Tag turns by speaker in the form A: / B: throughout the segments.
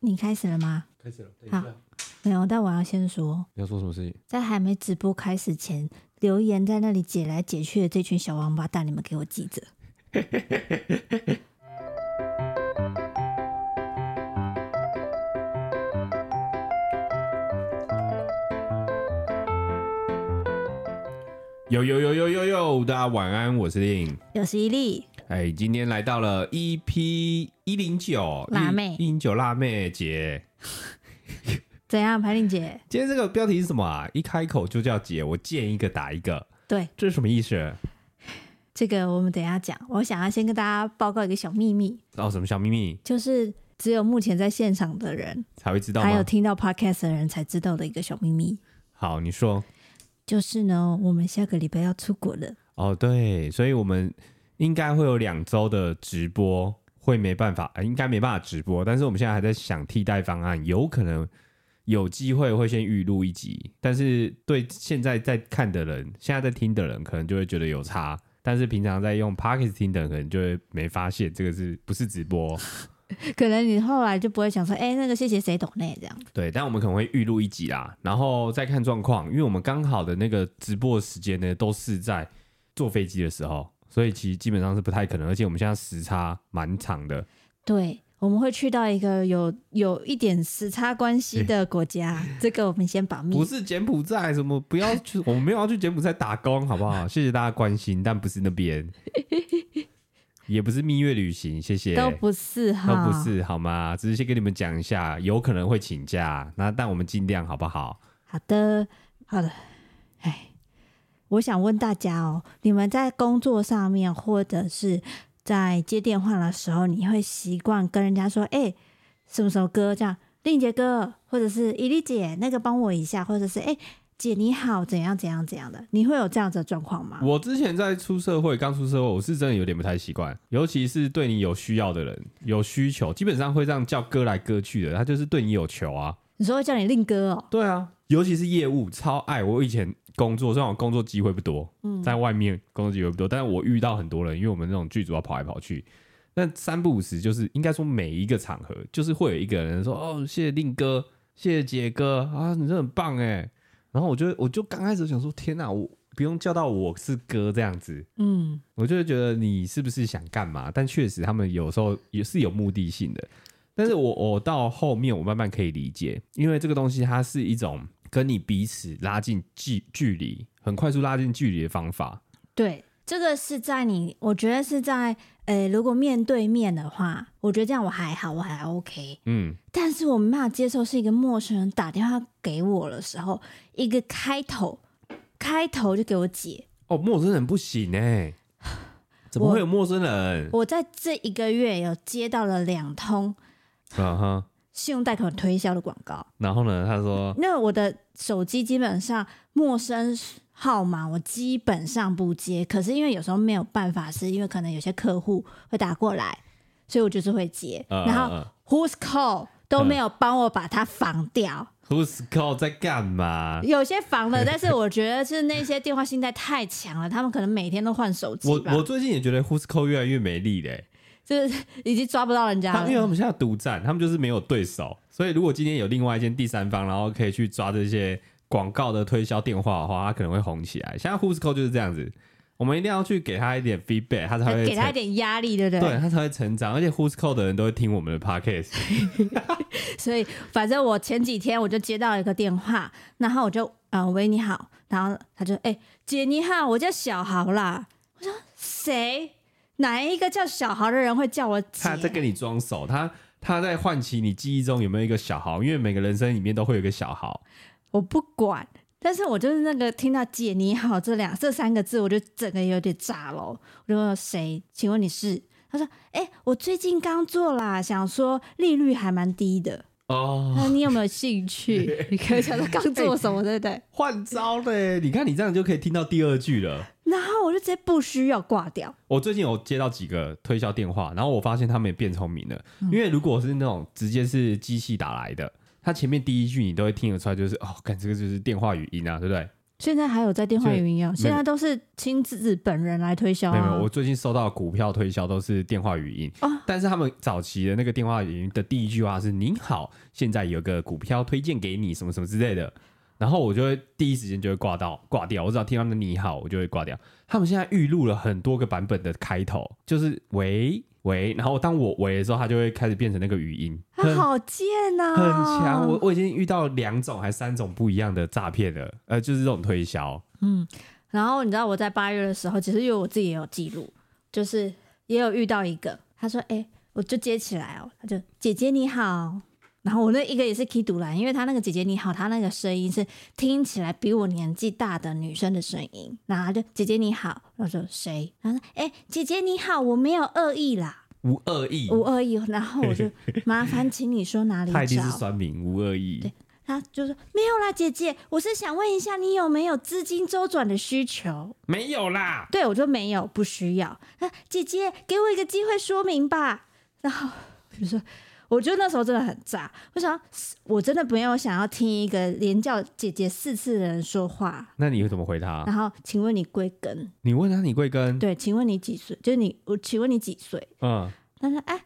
A: 你开始了吗？
B: 开始了，等一
A: 好
B: 下，
A: 没有，但我要先说，
B: 你要说什么事情？
A: 在还没直播开始前，留言在那里解来解去的这群小王八蛋，你们给我记着。
B: 有有有有有有，大家晚安，我是令。
A: 有十一例，
B: 哎，今天来到了 EP 一零九
A: 辣妹
B: 一零九辣妹姐。
A: 怎样？排令姐，
B: 今天这个标题是什么啊？一开口就叫姐，我见一个打一个，
A: 对
B: 这是什么意思？
A: 这个我们等一下讲。我想要先跟大家报告一个小秘密，
B: 哦，什么小秘密
A: 就是只有目前在现场的人，
B: 才会知道
A: 还有
B: 吗？
A: 听到 podcast 的人才知道的一个小秘密，
B: 好，你说。
A: 就是呢，我们下个礼拜要出国了。
B: 哦，对，所以我们应该会有两周的直播，会没办法，呃应该没办法直播。但是我们现在还在想替代方案，有可能有机会会先预录一集，但是对现在在看的人，现在在听的人，可能就会觉得有差。但是平常在用 p o c k e t 听的人，可能就会没发现这个是不是直播。哦
A: 可能你后来就不会想说，哎、那个谢谢谁懂内这样。
B: 对，但我们可能会预录一集啦，然后再看状况，因为我们刚好的那个直播的时间呢，都是在坐飞机的时候，所以其实基本上是不太可能，而且我们现在时差蛮长的，
A: 对，我们会去到一个有有一点时差关系的国家，这个我们先保密
B: 不。是柬埔寨什么，不要去，我们没有要去柬埔寨打工，好不好？谢谢大家关心，但不是那边，也不是蜜月旅行，谢谢。
A: 都不是
B: 都
A: 哈，
B: 不。是好吗？只是先跟你们讲一下，有可能会请假，那但我们尽量好不好？
A: 好的，好的。哎，我想问大家哦，你们在工作上面或者是在接电话的时候，你会习惯跟人家说，哎、什么什么哥这样，令杰哥，或者是伊丽姐，那个帮我一下，或者是哎、姐你好，怎样怎样怎样的，你会有这样子的状况吗？
B: 我之前在出社会，刚出社会，我是真的有点不太习惯，尤其是对你有需要的人、有需求，基本上会这样叫哥来哥去的，他就是对你有求啊。
A: 你说会叫你令哥哦，
B: 对啊，尤其是业务，超爱。我以前工作，虽然我工作机会不多，
A: 嗯
B: 在外面工作机会不多，但是我遇到很多人，因为我们那种剧组要跑来跑去，那三不五时就是应该说每一个场合，就是会有一个人说：“哦，谢谢令哥，谢谢杰哥啊，你真的很棒哎。”然后我就我就刚开始想说：“天哪、我不用叫到我是哥这样子。”
A: 嗯，
B: 我就会觉得你是不是想干嘛？但确实他们有时候也是有目的性的。但是我我到后面我慢慢可以理解，因为这个东西它是一种跟你彼此拉近距距离，很快速拉近距离的方法。
A: 对，这个是在你，我觉得是在，呃，如果面对面的话，我觉得这样我还好，我还 OK。
B: 嗯，
A: 但是我没办法接受是一个陌生人打电话给我的时候，一个开头，开头就给我姐。
B: 哦，陌生人不行哎、怎么
A: 我
B: 会有陌生人？
A: 我在这一个月有接到了两通
B: 嗯哼，
A: 信用贷款推销的广告，
B: 然后呢？他说
A: 那我的手机基本上陌生号码我基本上不接，可是因为有时候没有办法，是因为可能有些客户会打过来，所以我就是会接。
B: 嗯
A: 然
B: 嗯
A: 后 Who's Call 都没有帮我把它防掉，
B: ：“Who's call 在干嘛
A: 有些防了，但是我觉得是那些电话信贷太强了，他们可能每天都换手？”机
B: 我
A: 吧
B: 我，最近也觉得 Who's call 越来越没力嘞、
A: 就是已经抓不到人家
B: 他
A: 了
B: 因。为他们现在独占，他们就是没有对手，所以如果今天有另外一间第三方，然后可以去抓这些广告的推销电话的话，他可能会红起来。现在 Who's Call 就是这样子，我们一定要去给他一点 feedback，他才会
A: 给他一
B: 成
A: 点压力，对不对？
B: 对他才会成长，而且 Who's Call 的人都会听我们的 podcast，
A: 所以反正我前几天我就接到一个电话，然后我就呃喂你好，然后他就哎、姐你好，我叫小豪啦。我说谁？哪一个叫小豪的人会叫我姐？
B: 他在跟你装熟，他他在唤起你记忆中有没有一个小豪，因为每个人生里面都会有一个小豪。
A: 我不管，但是我就是那个听到“姐你好”这两这三个字，我就整个有点炸了。我就问谁？请问你是？他说：“哎、我最近刚做啦，想说利率还蛮低的，
B: 哦，
A: 那你有没有兴趣？ 你可以想说刚做什么，对不对？”
B: 换招嘞！你看你这样就可以听到第二句了。
A: 然后我就直接不需要挂掉。
B: 我最近有接到几个推销电话，然后我发现他们也变聪明了，因为如果是那种直接是机器打来的，他前面第一句你都会听得出来，就是哦，看这个就是电话语音啊，对不对？
A: 现在还有在电话
B: 现在
A: 语音哦，现
B: 没有
A: 在都是亲自本人来推销
B: 没有没
A: 啊
B: 有，我最近收到的股票推销都是电话语音，
A: 哦
B: 但是他们早期的那个电话语音的第一句话是“您好，现在有个股票推荐给你，什么什么之类的”，然后我就会第一时间就会挂到挂掉，我只要听到那“你好”，我就会挂掉。他们现在预录了很多个版本的开头，就是“喂喂”，然后当我“喂”的时候，它就会开始变成那个语 音，
A: 他
B: 很
A: 啊好贱啊呐、
B: 很强。我我已经遇到两种还三种不一样的诈骗了，呃，就是这种推销。
A: 然后你知道我在八月的时候，其实因为我自己也有记录，就是也有遇到一个，他说：“哎、我就接起来哦。”他就姐姐你好。然后我那一个也是 K 独蓝，因为他那个姐姐你好，他那个声音是听起来比我年纪大的女生的声音，然后他就姐姐你好，我说谁？然后说哎、姐姐你好，我没有恶意啦，
B: 无恶意，
A: 无恶意。然后我就麻烦请你说哪里
B: 他一定是
A: 找？
B: 酸民，无恶意
A: 对。他就说没有啦，姐姐，我是想问一下你有没有资金周转的需求？
B: 没有啦，
A: 对，我就没有，不需要。啊，姐姐，给我一个机会说明吧。然后我就说，我觉得那时候真的很炸。我想，我真的没有想要听一个连叫姐姐四次的人说话。
B: 那你会怎么回他？
A: 然后，请问你归根？
B: 你问他你贵庚？
A: 对，请问你几岁？就是你，我请问你几岁？
B: 嗯，
A: 他说，哎。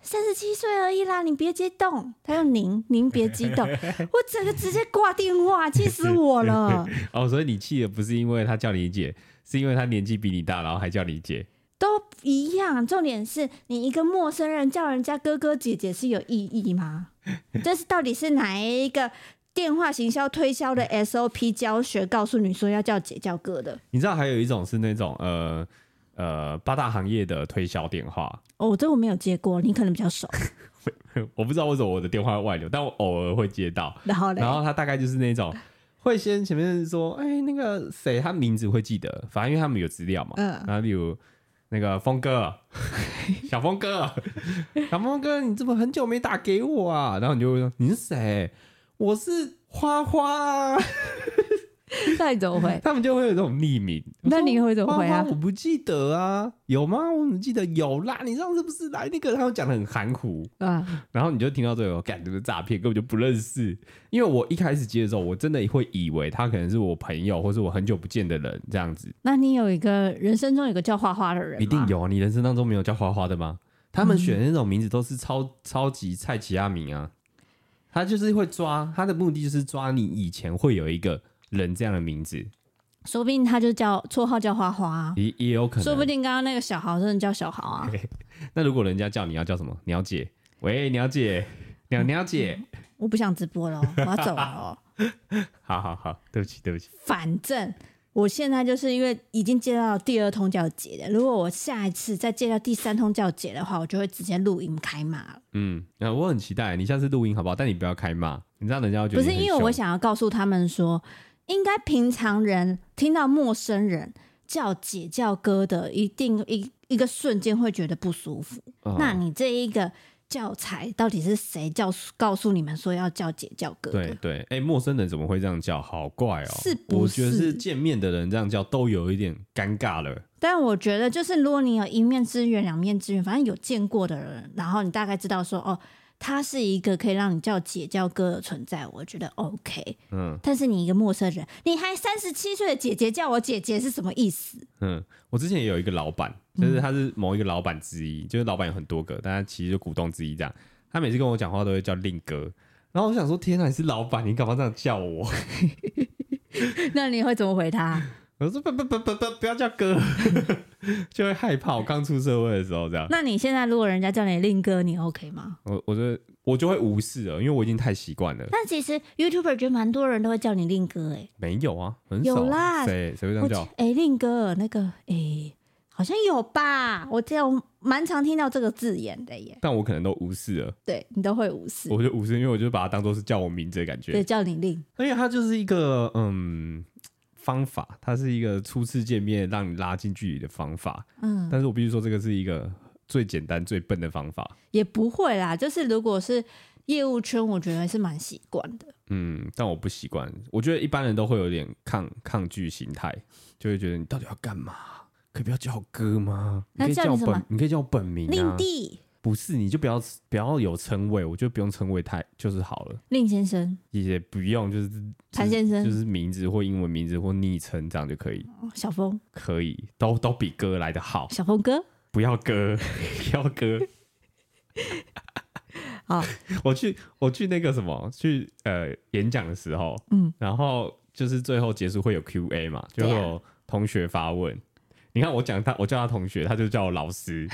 A: 三十七岁而已啦，你别激动。他用您，您别激动。我整个直接挂电话，气死我了。
B: 哦，所以你气的不是因为他叫你姐，是因为他年纪比你大，然后还叫你姐。
A: 都一样。重点是你一个陌生人叫人家哥哥姐姐是有意义吗？这是到底是哪一个电话行销推销的 SOP 教学告诉你说要叫姐叫哥的？
B: 你知道还有一种是那种呃呃八大行业的推销电话，
A: 哦，这我没有接过，你可能比较熟。
B: 我不知道为什么我的电话会外流，但我偶尔会接到。
A: 然后嘞，
B: 然后他大概就是那 种会先前面说，哎、那个谁，他名字会记得，反正因为他们有资料嘛。
A: 嗯
B: 然后例如那个峰 哥，小峰哥，小峰哥，你怎么很久没打给我啊？然后你就会说你是谁？我是花 花啊。
A: 那你怎么 回？
B: 他们就会有这种匿名。
A: 那你会
B: 会
A: 怎么回啊
B: 我不记得啊，有吗？我怎么记得有啦？你上次不是来那个？他们讲的很含糊，
A: 啊，
B: 然后你就听到这个，感觉是诈骗，根本就不认识。因为我一开始接的时候，我真的会以为他可能是我朋友，或是我很久不见的人这样子。
A: 那你有一个人生中有个叫花花的人，
B: 一定。有啊！你人生当中没有叫花花的吗？他们选的那种名字都是超、超级蔡奇亚名啊，他就是会抓，他的目的就是抓你以前会有一个人这样的名字，
A: 说不定他就叫绰号叫花花啊、
B: 也也有可能。
A: 说不定刚刚那个小豪真的叫小豪啊。
B: 那如果人家叫你要叫什么？鸟姐，喂，鸟姐，鸟鸟姐，
A: 我不想直播了哦，我要走了 哦。
B: 好好好，对不起，对不起，
A: 反正我现在就是因为已经接到第二通叫姐了，如果我下一次再接到第三通叫姐的话，我就会直接录音开骂了。
B: 嗯，那、我很期待你下次录音好不好？但你不要开骂，你知道人家会觉
A: 不
B: 得
A: 是
B: 你很
A: 因为我
B: 凶
A: 想要告诉他们说，应该平常人听到陌生人叫姐叫哥的，一定一一个瞬间会觉得不舒服。
B: 哦
A: 那你这一个教材到底是谁教告诉你们说要叫姐叫哥
B: 对
A: 的？
B: 对，哎、陌生人怎么会这样叫？好怪哦、
A: 呃是不
B: 我觉得
A: 是
B: 是见面的人这样叫都有一点尴尬了。
A: 但我觉得，就是如果你有一面之缘、两面之缘，反正有见过的人，然后你大概知道说，哦，他是一个可以让你叫姐叫哥的存在，我觉得 OK。
B: 嗯
A: 但是你一个陌生人，你还三十七岁的姐姐叫我姐姐是什么意思？
B: 嗯，我之前也有一个老板，
A: 嗯
B: 就是他是某一个老板之一，就是老板有很多个，但他其实就股东之一这样。他每次跟我讲话都会叫令哥，然后我想说，天哪，你是老板，你干嘛这样叫我？
A: 那你会怎么回他？
B: 我说不不不不不，不要叫哥， 就会害怕。我刚出社会的时候这样，
A: 那你现在如果人家叫你令哥，你 OK 吗？
B: 我我就我就会无视了，因为我已经太习惯了。
A: 但其实 YouTuber 觉得蛮多人都会叫你令哥、欸，
B: 没有啊，很少啊
A: 有啦
B: 谁谁
A: 哎，
B: 会这样
A: 我记
B: 叫？
A: 哎、令哥那个哎、好像有吧？我这样蛮常听到这个字眼的耶，
B: 但我可能都无视了，
A: 对你都会无视，
B: 我就无视，因为我就把它当做是叫我名字的感
A: 对，
B: 觉。
A: 叫你令。
B: 而且它就是一个嗯方法，它是一个初次见面让你拉近距离的方法。
A: 嗯，
B: 但是我必须说，这个是一个最简单最笨的方法。
A: 也不会啦，就是如果是业务圈，我觉得是蛮习惯的。
B: 嗯，但我不习惯。我觉得一般人都会有点抗抗拒心态，就会觉得你到底要干嘛？可以不要叫我哥吗？
A: 那
B: 你可
A: 叫
B: 以叫
A: 你
B: 我
A: 什么
B: 本，你可以叫我本名、啊。
A: 令弟，
B: 不是，你就不要不要有称谓，我觉得不用称谓太就是好了，
A: 令先生、
B: 也不用就是就是
A: 谭先生
B: 就是名字或英文名字或昵称这样就可以，
A: 哦小峰、
B: 可以都都比哥来的好，
A: 小峰哥，
B: 不要哥， 不要哥。
A: 好，
B: 我去我去那个什么去呃演讲的时候，
A: 嗯，
B: 然后就是最后结束会有 Q&A 嘛，就会
A: 对啊
B: 有同学发问。你看我讲他，我叫他同学，他就叫我老师。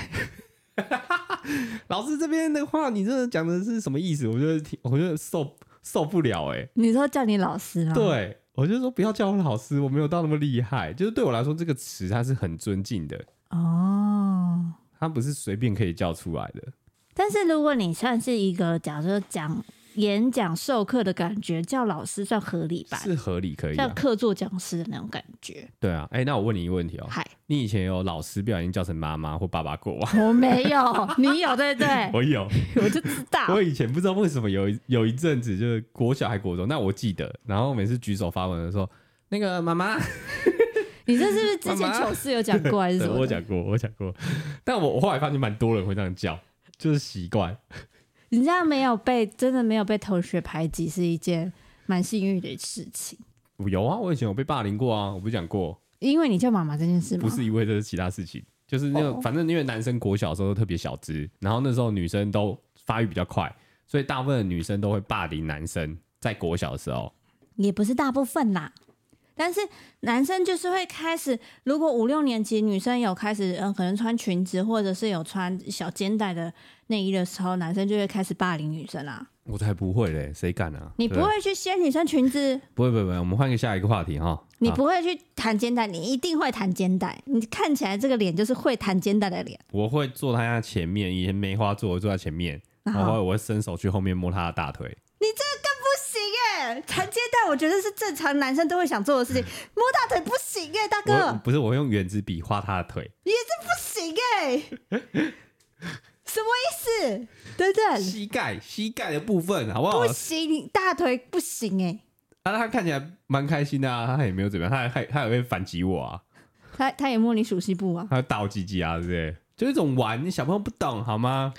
B: 老师这边的话，你这讲的是什么意思？我觉得挺，我觉得受受不了哎、
A: 你说叫你老师啦？，
B: 对，我就说不要叫我老师，我没有到那么厉害。就是对我来说，这个词它是很尊敬的，
A: 哦。
B: 它不是随便可以叫出来的。
A: 但是如果你算是一个，假设讲演讲授课的感觉，叫老师算合理吧？
B: 是合理可以、
A: 像
B: 啊，
A: 客座讲师的那种感觉。
B: 对啊。哎、那我问你一个问题哦、
A: 嗨，
B: 你以前有老师不小心叫成妈妈或爸爸过吗？
A: 我没有，你有对不对？
B: 我有，
A: 我就知道，
B: 我以前不知道为什么有一有一阵子就是国小还国中，那我记得，然后每次举手发文的时候，那个妈妈，
A: 你这是不是之前
B: 妈妈
A: 糗事有讲过还是什
B: 对
A: 么的？
B: 我讲过，我讲过，但我我后来发现蛮多人会这样叫，就是习惯。
A: 你这样没有被真的没有被同学排挤是一件蛮幸运的事情，
B: 我有啊，我以前有被霸凌过啊，我不是讲过，
A: 因为你叫妈妈这件事吗？
B: 不是因为这是其他事情，就是那个、
A: 哦
B: 反正因为男生国小的时候都特别小只，然后那时候女生都发育比较快，所以大部分的女生都会霸凌男生，在国小的时候。
A: 也不是大部分啦。但是男生就是会开始，如果五六年级女生有开始，嗯、可能穿裙子或者是有穿小肩带的内衣的时候，男生就会开始霸凌女生啦。
B: 我才不会嘞，谁敢啊？
A: 你
B: 对啊
A: 不会去掀女生裙子，
B: 不会不会不会，我们换个下一个话题哈。
A: 你
B: 啊
A: 不会去弹肩带，你一定会弹肩带。你看起来这个脸就是会弹肩带的脸。
B: 我会坐在他前面，以前梅花座我坐在前面，
A: 然
B: 然
A: 后
B: 后我会伸手去后面摸他的大腿。
A: 耶，弹肩欸带我觉得是正常男生都会想做的事情，摸大腿不行耶，大
B: 我嗯
A: 哥
B: 不是我会用圆珠笔画他的腿，
A: 不行耶，什么意思？等等，
B: 膝盖膝盖的部分好不好？
A: 不行，你大腿不行哎，
B: 啊，他看起来蛮开心的啊，他也没有怎么样，他还他也会反击我啊，
A: 他他也摸你属西部啊，
B: 他会打我鸡鸡啊，对不对？就一种玩，你小朋友不懂好吗？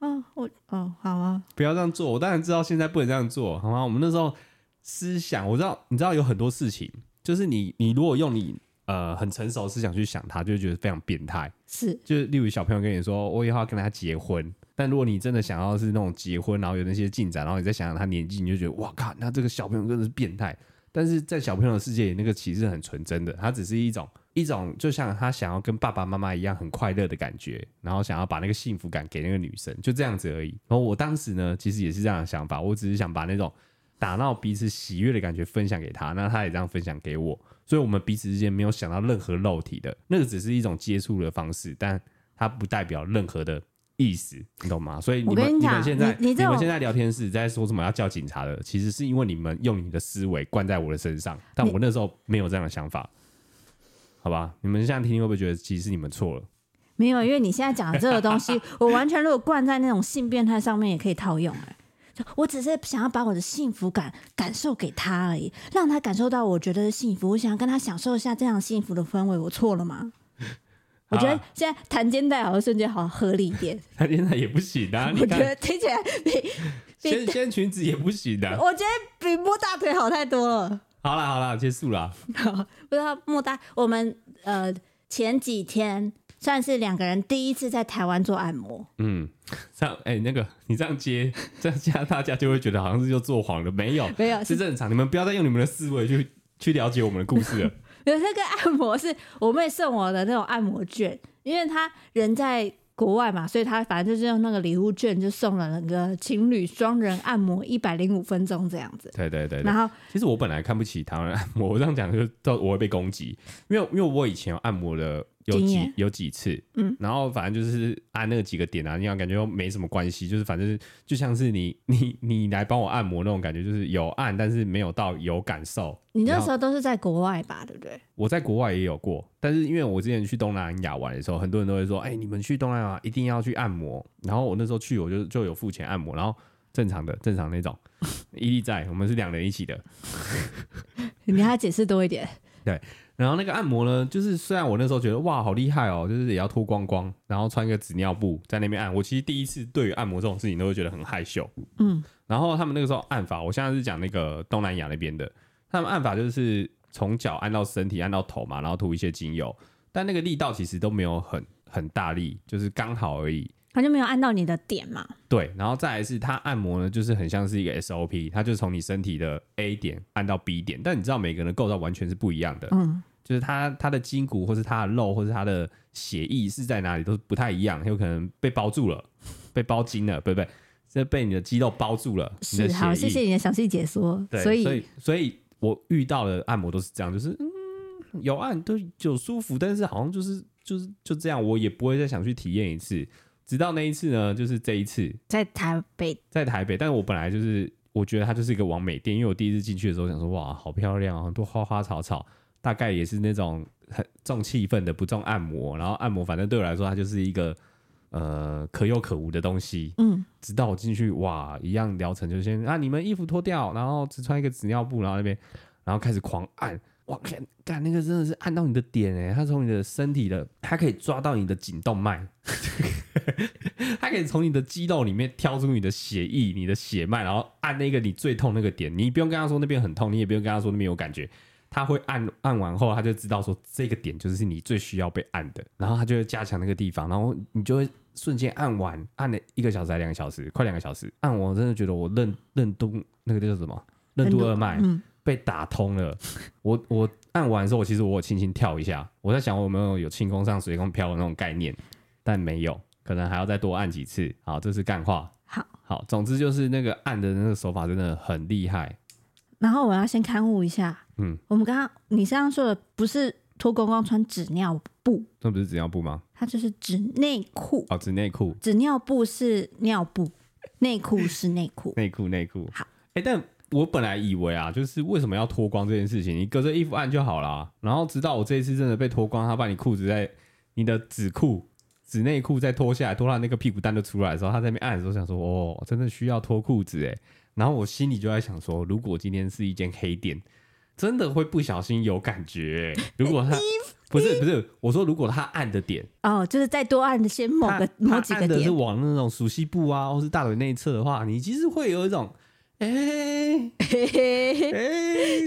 A: 哦我哦好啊，
B: 不要这样做。我当然知道现在不能这样做，好吗？我们那时候思想，我知道，你知道有很多事情，就是你你如果用你呃很成熟的思想去想它，就会觉得非常变态。
A: 是
B: 就是例如小朋友跟你说，我以后要跟他结婚。但如果你真的想要是那种结婚，然后有那些进展，然后你再想想他年纪，你就觉得哇靠，那这个小朋友真的是变态。但是在小朋友的世界里，那个其实很纯真的，他只是一种一种，就像他想要跟爸爸妈妈一样很快乐的感觉，然后想要把那个幸福感给那个女生，就这样子而已。然后我当时呢，其实也是这样的想法，我只是想把那种打闹彼此喜悦的感觉分享给他，那他也这样分享给我，所以我们彼此之间没有想到任何肉体的，那个只是一种接触的方式，但它不代表任何的意思，你懂吗？所以你
A: 我跟
B: 们
A: 你
B: 你
A: 讲
B: 们现在
A: 你你这种
B: 们现在聊天室在说什么要叫警察的，其实是因为你们用你的思维灌在我的身上，但
A: 你
B: 我那时候没有这样的想法，好吧？你们现在听听会不会觉得其实是你们错了？
A: 没有，因为你现在讲的这个东西，我完全如果灌在那种性变态上面也可以套用哎、就我只是想要把我的幸福感感受给他而已，让他感受到我觉得是幸福，我想要跟他享受一下这样幸福的氛围，我错了 吗？我觉得
B: 啊
A: 现在弹肩带好像瞬间好合理一点，
B: 他现在也不行啊！ 你
A: 我觉
B: 看，
A: 得听起来比
B: 掀掀裙子也不行的、啊。
A: 我觉得比摸大腿好太多了。
B: 好啦好啦，结束啦。
A: 不知道莫大，我们呃前几天算是两个人第一次在台湾做按摩，
B: 嗯，这样哎、那个你这样接，这样加大家就会觉得好像是又做谎了，没有，
A: 没有
B: 是正常。你们不要再用你们的思维去去了解我们的故事了。
A: 有那个按摩是我妹送我的那种按摩券，因为她人在国外嘛，所以她反正就是用那个礼物券就送了那个情侣双人按摩一百零五分钟这样子。
B: 对对对对
A: 然，后
B: 其实我本来看不起台湾人按摩，我这样讲就是到我会被攻击，因为因为我以前有按摩的有
A: 经
B: 几
A: 验
B: 有几次，
A: 嗯，
B: 然后反正就是按那几个点啊，你感觉又没什么关系，就是反正就像是你你你来帮我按摩那种感觉，就是有按但是没有到有感受。
A: 你那
B: 然后
A: 时候都是在国外吧，对不对？
B: 我在国外也有过，但是因为我之前去东南亚玩的时候，很多人都会说：“哎、你们去东南亚一定要去按摩。”然后我那时候去，我就就有付钱按摩，然后正常的正常那种，伊利在，我们是两人一起的，
A: 你跟她解释多一点，
B: 然后那个按摩呢，就是虽然我那时候觉得哇好厉害哦，就是也要脱光光，然后穿一个纸尿布在那边按。我其实第一次对于按摩这种事情都会觉得很害羞。
A: 嗯，
B: 然后他们那个时候按法，我现在是讲那个东南亚那边的，他们按法就是从脚按到身体，按到头嘛，然后涂一些精油，但那个力道其实都没有很很大力，就是刚好而已。
A: 他就没有按到你的点嘛。
B: 对，然后再来是它按摩呢，就是很像是一个 SOP，它就是从你身体的 A 点按到 B 点，但你知道每个人的构造完全是不一样的，
A: 嗯，
B: 就是它它的筋骨或是它的肉或是它的血液是在哪里都是不太一样，有可能被包住了，被包筋了，对不对？这被你的肌肉包住了，你
A: 是
B: 的血
A: 好，
B: 液
A: 谢谢你的详细解说。
B: 对，
A: 所
B: 所
A: 以
B: 以所以我遇到的按摩都是这样，就是嗯，有按都有舒服，但是好像就是就是就这样，我也不会再想去体验一次。直到那一次呢，就是这一次
A: 在台北，
B: 在台北，但是我本来就是我觉得它就是一个完美店，因为我第一次进去的时候想说哇，好漂亮啊，很多花花草草，大概也是那种很重气氛的，不重按摩。然后按摩反正对我来说，它就是一个呃可有可无的东西。
A: 嗯，
B: 直到我进去，哇，一样疗程就先啊，你们衣服脱掉，然后只穿一个纸尿布，然后那边，然后开始狂按，哇，看，干那个真的是按到你的点哎、欸，它从你的身体的，它可以抓到你的颈动脉，它可以从你的肌肉里面挑出你的血液、你的血脉，然后按那个你最痛那个点，你不用跟他说那边很痛，你也不用跟他说那边有感觉。他会按按完后，他就知道说这个点就是你最需要被按的，然后他就会加强那个地方，然后你就会瞬间按完，按了一个小时还两个小时，快两个小时，按我真的觉得我任任督那个叫什么任督二脉
A: 嗯，
B: 被打通了。我我按完的时候，我其实我有轻轻跳一下，我在想我有没有有轻功上水空飘的那种概念，但没有，可能还要再多按几次。好，这是干话。
A: 好，
B: 好，总之就是那个按的那个手法真的很厉害。
A: 然后我要先刊物一下。
B: 嗯，
A: 我们刚刚你刚刚说的不是脱光光穿纸尿布，
B: 那不是纸尿布吗？
A: 它就是纸内裤。
B: 哦，纸内裤，
A: 纸尿布是尿 布，内裤是内裤。
B: 内裤，内裤。
A: 好，
B: 哎、但我本来以为啊，就是为什么要脱光这件事情，你隔着衣服按就好啦。然后直到我这一次真的被脱光，他把你裤子在你的纸裤、纸内裤再脱下来，脱到那个屁股蛋就出来的时候，他在那边按的时候想说，哦，真的需要脱裤子哎。然后我心里就在想说，如果今天是一间黑店，真的会不小心有感觉欸、如果他不是不是，我说如果他按的点
A: 哦，就是再多按先某
B: 他
A: 个
B: 他
A: 某几个
B: 按的是
A: 点，
B: 往那种熟悉部啊，或是大腿内侧的话，你其实会有一种，哎、
A: 嘿嘿嘿
B: 哎、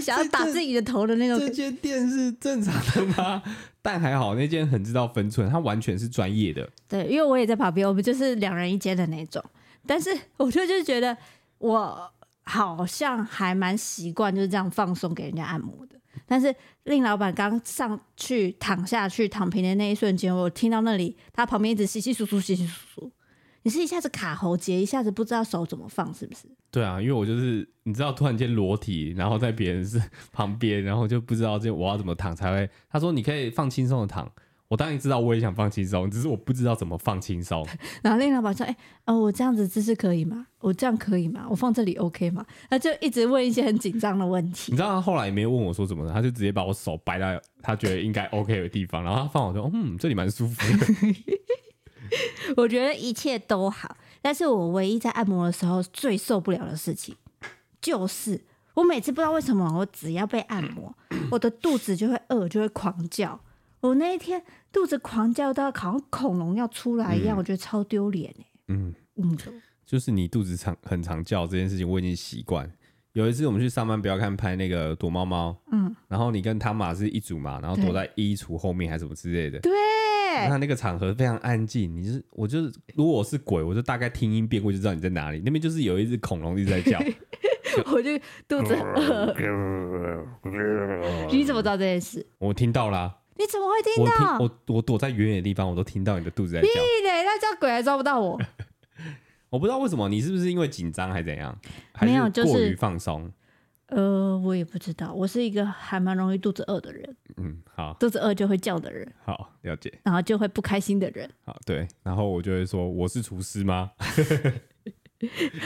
A: 想要打
B: 这
A: 自己的头的那
B: 这
A: 种。
B: 间店是正常的吗？ 但还好那间很知道分寸，它完全是专业的。
A: 对，因为我也在旁边，我们就是两人一间的那种。但是我就就觉得我好像还蛮习惯就是这样放松给人家按摩的。但是令老板刚上去躺下去躺平的那一瞬间，我听到那里他旁边一直稀稀疏疏、稀稀疏疏，你是一下子卡喉结，一下子不知道手怎么放，是不是？
B: 对啊，因为我就是你知道，突然间裸体，然后在别人是 旁边，然后就不知道这我要怎么躺才会。他说你可以放轻松的躺，我当然知道，我也想放轻松，只是我不知道怎么放轻松。
A: 然后令老板说：“哎、哦，我这样子姿势可以吗？我这样可以吗？我放这里 OK 吗？”他就一直问一些很紧张的问题
B: 你。知道他后来也没有问我说什么的，他就直接把我手掰到他觉得应该 OK 的地方，然后他放我说嗯，这里蛮舒服的。
A: 我觉得一切都好，但是我唯一在按摩的时候最受不了的事情，就是我每次不知道为什么，我只要被按摩，我的肚子就会饿，就会狂叫。我那一天肚子狂叫到好像恐龙要出来一样，我觉得超丢脸哎。
B: 嗯，
A: 嗯，
B: 就是你肚子常很常叫这件事情，我已经习惯。有一次我们去上班，不要看拍那个躲猫猫，
A: 嗯，
B: 然后你跟汤马是一组嘛，然后
A: 对
B: 躲在衣橱后面还是什么之类的。
A: 对，
B: 那那个场合非常安静，你就是我就是，如果我是鬼，我就大概听音辨位就知道你在哪里。那边就是有一只恐龙一直在 叫，
A: 我就肚子很
B: 呃
A: 饿。你怎么知道这件事？
B: 我听到啦、
A: 你怎么会听
B: 我听
A: 到？
B: 我我躲在远远的地方，我都听到你的肚子在叫。
A: 屁嘞！那叫鬼还抓不到我。
B: 我不知道为什么，你是不是因为紧张还怎样？还
A: 没有就是
B: 过于放松。
A: 呃，我也不知道，我是一个还蛮容易肚子饿的人，
B: 嗯，好
A: 肚子饿就会叫的人。
B: 好了解。
A: 然后就会不开心的人
B: 好，对，然后我就会说我是厨师吗？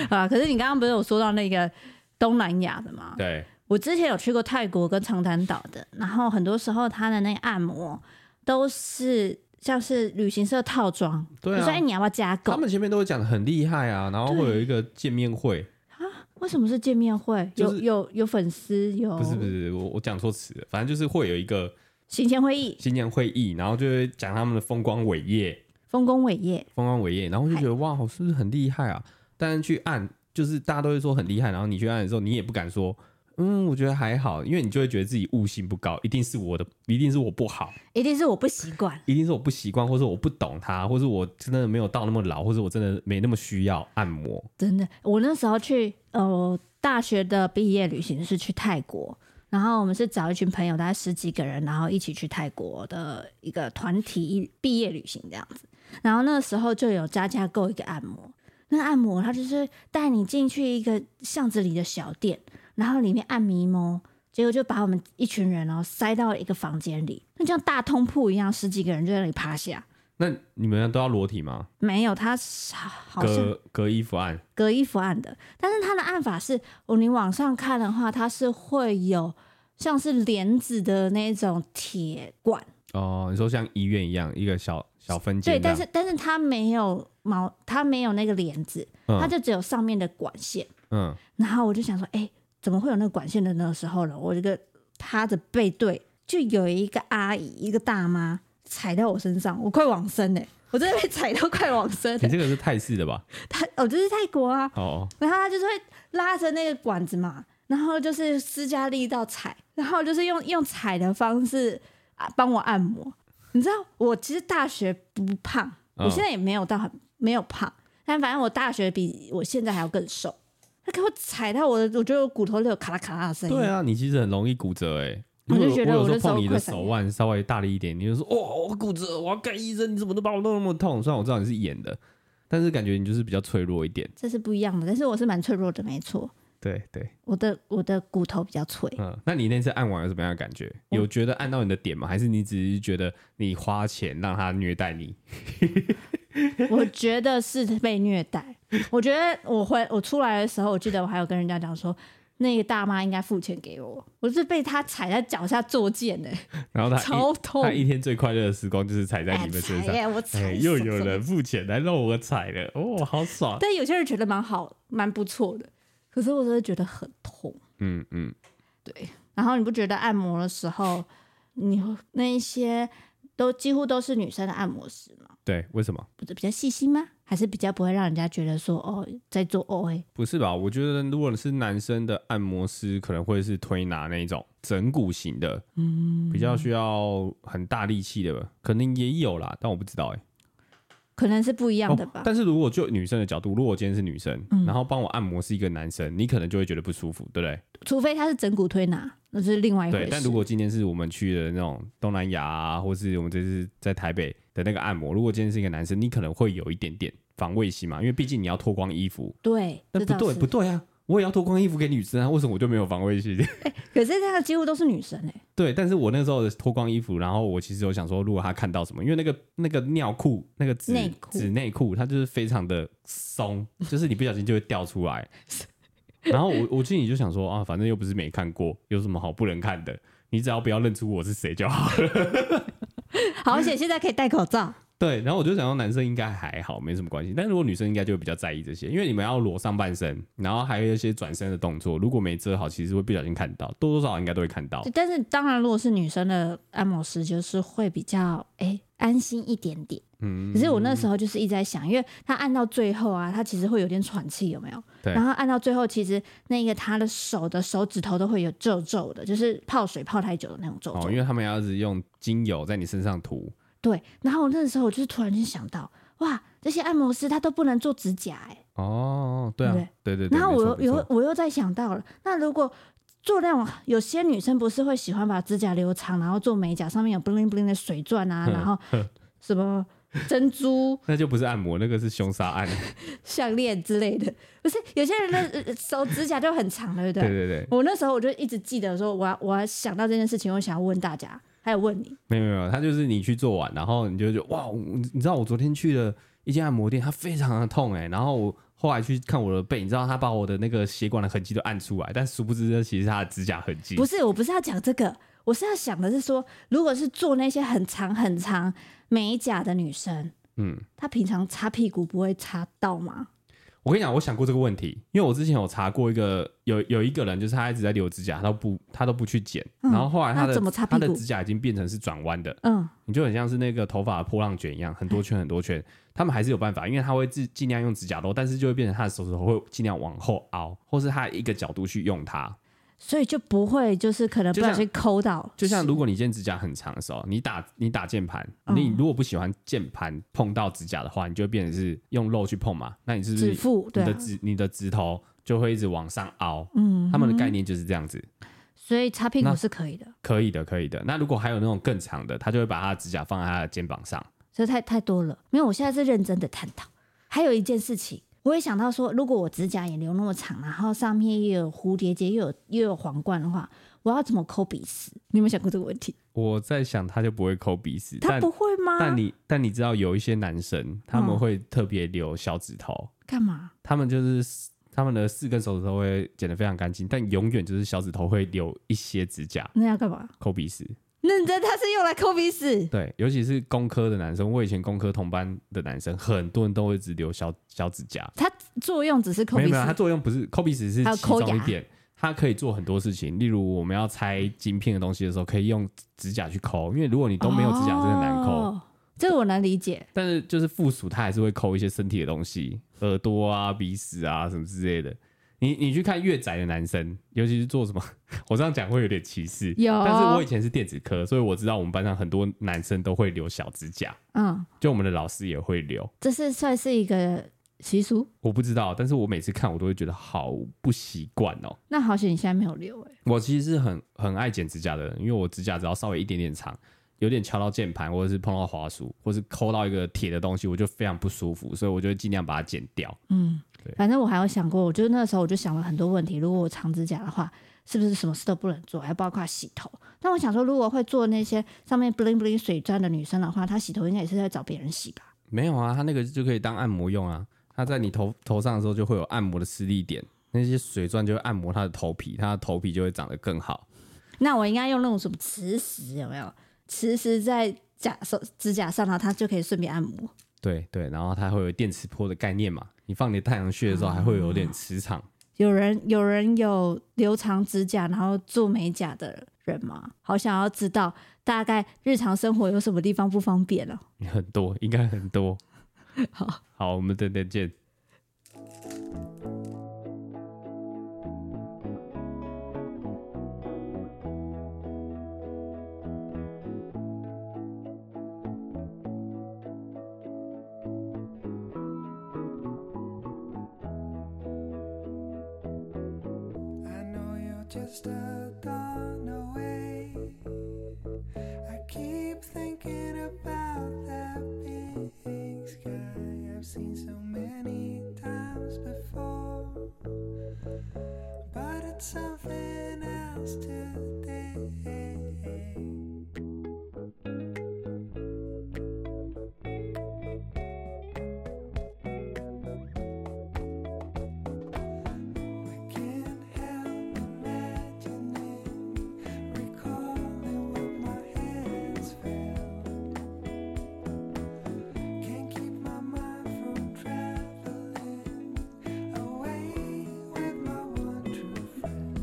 A: 啊。可是你刚刚不是有说到那个东南亚的吗？
B: 对，
A: 我之前有去过泰国跟长滩岛的，然后很多时候他的那个按摩都是像是旅行社套装，
B: 对啊
A: 我说哎、你要不要加
B: 他
A: 购？
B: 们前面都会讲的很厉害啊，然后会有一个见面会，
A: 为为什么是见面会？
B: 就是
A: 有有有粉丝有
B: 不是不是，我我讲错词了，反正就是会有一个
A: 行前会议、
B: 新年会议，然后就会讲他们的风光伟业，
A: 丰功伟业，
B: 风光伟业，然后我就觉得哇，是不是很厉害啊？但是去按，就是大家都会说很厉害，然后你去按的时候，你也不敢说，嗯，我觉得还好，因为你就会觉得自己悟性不高，一定是我的，一定是我不好，
A: 一定是我不习惯。
B: 一定是我不习惯，或者我不懂它，或者我真的没有到那么老，或者我真的没那么需要按摩。
A: 真的，我那时候去呃大学的毕业旅行是去泰国，然后我们是找一群朋友，大概十几个人，然后一起去泰国的一个团体毕业旅行这样子。然后那时候就有加价购一个按摩，那个按摩它就是带你进去一个巷子里的小店，然后里面按迷蒙。结果就把我们一群人哦塞到一个房间里，那像大通铺一样，十几个人就在那里趴下。
B: 那你们都要裸体吗？
A: 没有，他好像
B: 隔隔衣服按，
A: 隔衣服按的，但是它的按法是，哦，你往上看的话，它是会有像是帘子的那种铁管，
B: 哦，你说像医院一样一个小小分间
A: 对，
B: 这
A: 但
B: 样，
A: 是但是它没有毛，它没有那个帘子，它就只有上面的管线。
B: 嗯
A: 然后我就想说，哎，怎么会有那个管线的那个时候了？我这个趴着背对，就有一个阿姨，一个大妈踩到我身上，我快往生嘞、欸我真的被踩到快往生、欸
B: 嗯，你这个是泰式的吧？
A: 她，哦，这是泰国啊，
B: 哦，
A: 然后他就是会拉着那个管子嘛，然后就是施加力道踩，然后就是用用踩的方式啊帮我按摩。你知道，我其实大学不胖，
B: 嗯
A: 我现在也没有到很没有胖，但反正我大学比我现在还要更瘦。他给我踩到我的，我觉得我骨头都有咔啦咔啦的声音。
B: 对啊，你其实很容易骨折哎、
A: 我
B: 如
A: 就
B: 果
A: 觉得
B: 我
A: 我的
B: 有时
A: 手
B: 候碰你
A: 快
B: 的
A: 闪
B: 手
A: 了
B: 腕稍微大力一点，你就说哦，我骨折，我要看医生，你怎么都把我弄那么痛？虽然我知道你是演的，但是感觉你就是比较脆弱一点。
A: 这是不一样的，但是我是蛮脆弱的，没错。
B: 对对，
A: 我的我的骨头比较脆，
B: 嗯，那你那次按完有什么样的感觉？
A: 我
B: 有觉得按到你的点吗？还是你只是觉得你花钱让他虐待你？
A: 我觉得是被虐待。我觉得我回我出来的时候，我记得我还有跟人家讲说，那个大妈应该付钱给我，我是被她踩在脚下作践 呢、
B: 然后他一
A: 超痛！
B: 他一天最快乐的时光就是踩在
A: 哎
B: 你们身
A: 踩
B: 上，
A: 耶，我踩、
B: 哎，又有人。付钱来让我踩了，哦，好爽！
A: 但有些人觉得蛮好，蛮不错的，可是我真的觉得很痛。
B: 嗯嗯，
A: 然后你不觉得按摩的时候，你会那一些都几乎都是女生的按摩师吗？
B: 对，为什么？
A: 不是比较细心吗？还是比较不会让人家觉得说哦在做 O A？
B: 不是吧？我觉得如果是男生的按摩师，可能会是推拿那一种整骨型的，嗯，比较需要很大力气的吧，可能也有啦，但我不知道哎、
A: 可能是不一样的吧。
B: 但是如果就女生的角度，如果我今天是女生，然后帮我按摩是一个男生，你可能就会觉得不舒服，对不对？
A: 除非他是整骨推拿，那是另外一回
B: 对。
A: 事。
B: 但如果今天是我们去的那种东南亚啊，或是我们这次在台北的那个按摩，如果今天是一个男生，你可能会有一点点防卫心嘛，因为毕竟你要脱光衣服，
A: 对，
B: 但
A: 这
B: 不
A: 倒
B: 对
A: 是
B: 不对啊，我也要脱光衣服给女生啊，为什么我就没有防卫心？
A: 可是这样几乎都是女生哎、
B: 对，但是我那时候脱光衣服，然后我其实有想说，如果他看到什么，因为那个那个尿裤、那个纸
A: 内裤
B: 纸内裤，它就是非常的松，就是你不小心就会掉 出来。然后我我心里就想说啊，反正又不是没看过，有什么好不能看的？你只要不要认出我是谁就好。
A: 好，而且现在可以戴口罩，
B: 对，然后我就想说男生应该还好，没什么关系。但如果女生应该就会比较在意这些，因为你们要裸上半身，然后还有一些转身的动作，如果没遮好，其实会不小心看到，多多少少应该都会看到。
A: 但是当然，如果是女生的按摩师，就是会比较哎、安心一点点。
B: 嗯，
A: 可是我那时候就是一直在想，因为他按到最后啊，他其实会有点喘气，有没有？
B: 对
A: 然后按到最后，其实那个他的手的手指头都会有皱皱的，就是泡水泡太久的那种皱皱。
B: 哦，因为他们要是用精油在你身上涂，
A: 对，然后我那时候我就是突然间想到，哇，这些按摩师他都不能做指甲哎、
B: 哦，对啊，对对对。
A: 然后我又
B: 没错没
A: 又
B: 错
A: 我又再想到了，那如果做那种有些女生不是会喜欢把指甲留长，然后做美甲，上面有 bling bling 的水钻啊，然后
B: 嗯
A: 什么珍珠
B: 那就不是按摩，那个是凶杀案。
A: 项链之类的，不是有些人的呃手指甲就很长， 对不对？啊
B: 对对对，
A: 我那时候我就一直记得说，我要我要想到这件事情，我想要问大家，还有问你，
B: 没有没有没有，他就是你去做完，然后你就觉得哇，我你知道我昨天去了一间按摩店，它非常的痛哎、然后我后来去看我的背，你知道他把我的那个血管的痕迹都按出来，但殊不知那其实是他的指甲痕迹
A: 不。是我不是要讲这个，我是要想的是说，如果是做那些很长很长美甲的女生，
B: 嗯，
A: 她平常擦屁股不会擦到吗？
B: 我跟你讲，我想过这个问题，因为我之前有查过一个有有一个人，就是他一直在留指甲，他都不他都不去剪，
A: 嗯
B: 然后后来他
A: 那
B: 的
A: 怎么擦屁
B: 他的
A: 股
B: 指甲已经变成是转弯的，
A: 嗯，
B: 你就很像是那个头发的波浪卷一样，很多圈很多圈。他们还是有办法，因为他会自尽量用指甲刀，但是就会变成他的手指头会尽量往后凹，或是他一个角度去用它。
A: 所以就不会就是可能不
B: 就
A: 小
B: 像
A: 心抠到，
B: 就像如果你今天指甲很长的时候，你打你打键盘，
A: 嗯
B: 你如果不喜欢键盘碰到指甲的话，你就会变成是用肉去碰嘛，那你是不是
A: 指腹对
B: 你
A: 啊、
B: 的指你的指头就会一直往上凹？
A: 嗯，
B: 他们的概
A: 嗯，
B: 念就是这样子，
A: 所以擦屁股
B: 那
A: 是可以的，
B: 可以的，可以的。那如果还有那种更长的，他就会把他的指甲放在他的肩膀上。
A: 这太太多了。没有，我现在是认真的探讨。还有一件事情，我也想到说，如果我指甲也留那么长，然后上面又有蝴蝶结，又有又有皇冠的话，我要怎么抠鼻屎？你有没有想过这个问题？
B: 我在想，他就不会抠鼻屎，
A: 他
B: 但
A: 不会吗？
B: 但你但你知道有一些男生他们
A: 啊嗯
B: 会特别留小指头，
A: 干嘛？
B: 他们就是他们的四根手指头会剪得非常干净，但永远就是小指头会留一些指甲
A: 那要干嘛？
B: 抠鼻屎。
A: 那你知道他是用来抠鼻屎？
B: 对，尤其是工科的男生，我以前工科同班的男生，很多人都会只留小小指甲。
A: 它作用只是抠
B: 没
A: 鼻
B: 有
A: 屎
B: 没有，它作用不是抠鼻屎是
A: 还有
B: 其
A: 抠
B: 中一
A: 牙
B: 点，它可以做很多事情，例如我们要拆晶片的东西的时候，可以用指甲去抠，因为如果你都没有指甲，是很难抠。
A: 哦这个我能理解。
B: 但是就是附属，它还是会抠一些身体的东西，耳朵啊、鼻屎啊什么之类的。你你去看越宅的男生，尤其是做什么， 我这样讲会有点歧视。
A: 有
B: 但是我以前是电子科，所以我知道我们班上很多男生都会留小指甲，
A: 嗯，
B: 就我们的老师也会留。
A: 这是算是一个习俗。
B: 我不知道，但是我每次看我都会觉得好不习惯哦。
A: 那好险你现在没有留哎、
B: 我其实是很很爱剪指甲的人，因为我指甲只要稍微一点点长，有点敲到键盘，或者是碰到滑鼠，或是抠到一个铁的东西，我就非常不舒服，所以我就会尽量把它剪掉。
A: 嗯
B: 对，
A: 反正我还有想过，我就那时候我就想了很多问题。如果我长指甲的话，是不是什么事都不能做，还包括洗头？但我想说，如果会做那些上面 bling bling 水钻的女生的话，她洗头应该也是在找别人洗吧？
B: 没有啊，它那个就可以当按摩用啊。它在你头头上的时候就会有按摩的施力点，那些水钻就会按摩它的头皮，它的头皮就会长得更好。
A: 那我应该用那种什么磁石有没有？磁石在甲手指甲上，然后它就可以顺便按摩。
B: 对对，然后它会有电磁波的概念嘛，你放你的太阳穴的时候还会有点磁场。
A: 有人有人有留长指甲然后做美甲的人吗？好想要知道大概日常生活有什么地方不方便哦。
B: 很多，应该很多。
A: 好，
B: 好，我们等等见。
C: I know you're just a dawn away. I keep thinking about that big sky I've seen so many times before. But it's something else today. I can't help imagining, recalling what my hands felt. Can't keep my mind from traveling away with my one true friend.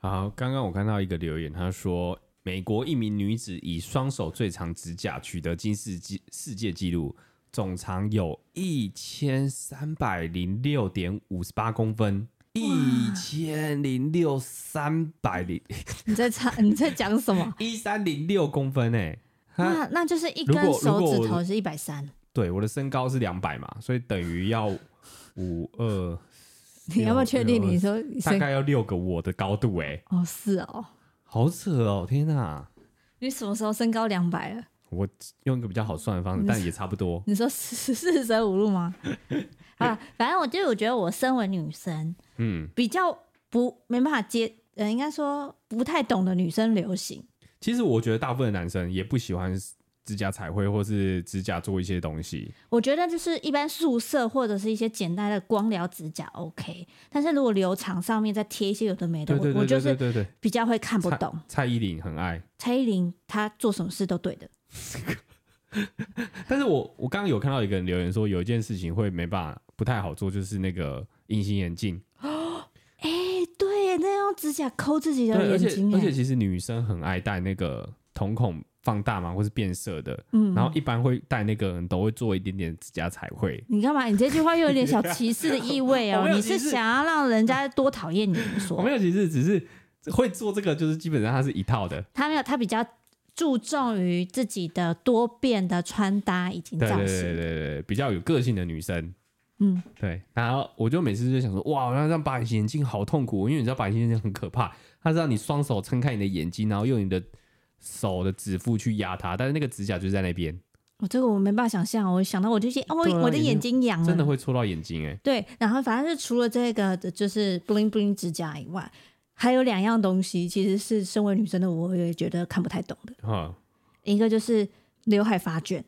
B: 好，刚刚我看到一个留言，他说美国一名女子以双手最长指甲取得金世纪世界纪录，总长有一千三百零六点五十八公分，一千零六三百零？
A: 你在唱你在讲什么
B: 一三零六公分欸诶、他
A: 那那就是一
B: 如
A: 根
B: 果如
A: 手
B: 果
A: 指
B: 我
A: 头是一百三，
B: 对我的身高是两百嘛，所以等于要五二，
A: 你要不要确定你说
B: 大
A: 谁？
B: 概要六个我的高度诶、欸
A: 哦，是哦，
B: 好扯哦！天哪，
A: 你什么时候身高两百了？
B: 我用一个比较好算的方式，但也差不多。
A: 你说 四四舍五入 吗？啊，反正我就我觉得我身为女生，
B: 嗯，
A: 比较不没办法接，呃，应该说不太懂得女生流行。
B: 其实我觉得大部分的男生也不喜欢指甲彩绘或是指甲做一些东西。
A: 我觉得就是一般素色或者是一些简单的光疗指甲 OK，但是如果留长上面再贴一些有的没的，
B: 对对
A: 我我
B: 对
A: 就
B: 对对
A: 是
B: 对对，
A: 比较会看不懂。
B: 蔡依林很爱，
A: 蔡依林她做什么事都对的，
B: 但是我我刚刚有看到一个人留言说，有一件事情会没办法不太好做，就是那个隐形眼镜。
A: 哎、对耶，那用指甲抠自己
B: 对，
A: 的
B: 而
A: 眼
B: 且
A: 睛欸哎
B: 而且
A: 耶，
B: 其实女生很爱戴那个瞳孔放大嘛，或是变色的。
A: 嗯
B: 然后一般会戴那个人都会做一点点指甲彩绘，
A: 你干嘛？你这句话又有点小歧视的意味
B: 我
A: 哦，
B: 没有
A: 你
B: 歧
A: 是
B: 视
A: 想要让人家多讨厌你？你
B: 我
A: 说
B: 没有，其实只是会做这个，就是基本上它是一套的。
A: 他没有，他比较注重于自己的多变的穿搭以及
B: 对
A: 造
B: 对
A: 型。
B: 对对对，对比较有个性的女生。
A: 嗯，
B: 对。然后我就每次就想说，哇，那这样把隐形眼镜好痛苦，因为你知道把隐形眼镜很可怕，它是让你双手撑开你的眼睛，然后用你的手的指腹去压它，但是那个指甲就在那边，
A: 我、这个我没办法想象，我想到我就觉得，哦，我
B: 对啊
A: 我的眼睛痒了，
B: 真的会戳到眼睛哎、
A: 对，然后反正是除了这个的就是 bling bling 指甲以外，还有两样东西，其实是身为女生的我也觉得看不太懂的。
B: 哈，
A: 一个就是刘海发卷，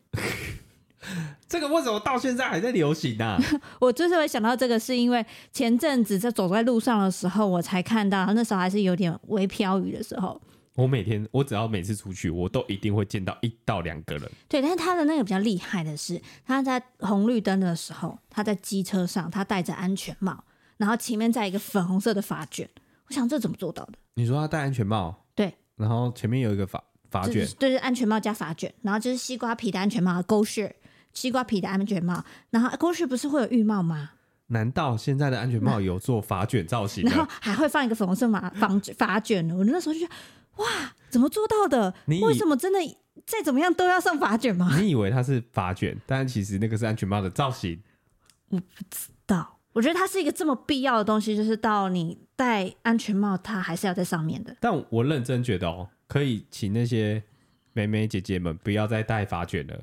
B: 这个为什么到现在还在流 行啊？
A: 我之所以想到这个，是因为前阵子在走在路上的时候，我才看到，那时候还是有点微飘雨的时候。
B: 我每天我只要每次出去，我都一定会见到一到两个人。
A: 对，但是他的那个比较厉害的是，他在红绿灯的时候，他在机车上，他戴着安全帽，然后前面在一个粉红色的发卷。我想这怎么做到的？
B: 你说他戴安全帽，
A: 对，
B: 然后前面有一个发发
A: 就
B: 卷
A: 是，对，就是安全帽加发卷，然后就是西瓜皮的安全帽勾式，西瓜皮的安全帽，然后勾式不是会有浴帽吗？
B: 难道现在的安全帽有做发卷造型
A: 然后
B: 的？
A: 还会放一个粉红色 马防发卷，我那时候就觉得哇，怎么做到的？
B: 你
A: 为什么真的再怎么样都要上发卷吗？
B: 你以为它是发卷，但其实那个是安全帽的造型。
A: 到，我觉得它是一个这么必要的东西，就是到你戴安全帽，它还是要在上面的。
B: 但我认真觉得哦，可以请那些妹妹姐姐们不要再戴发卷了。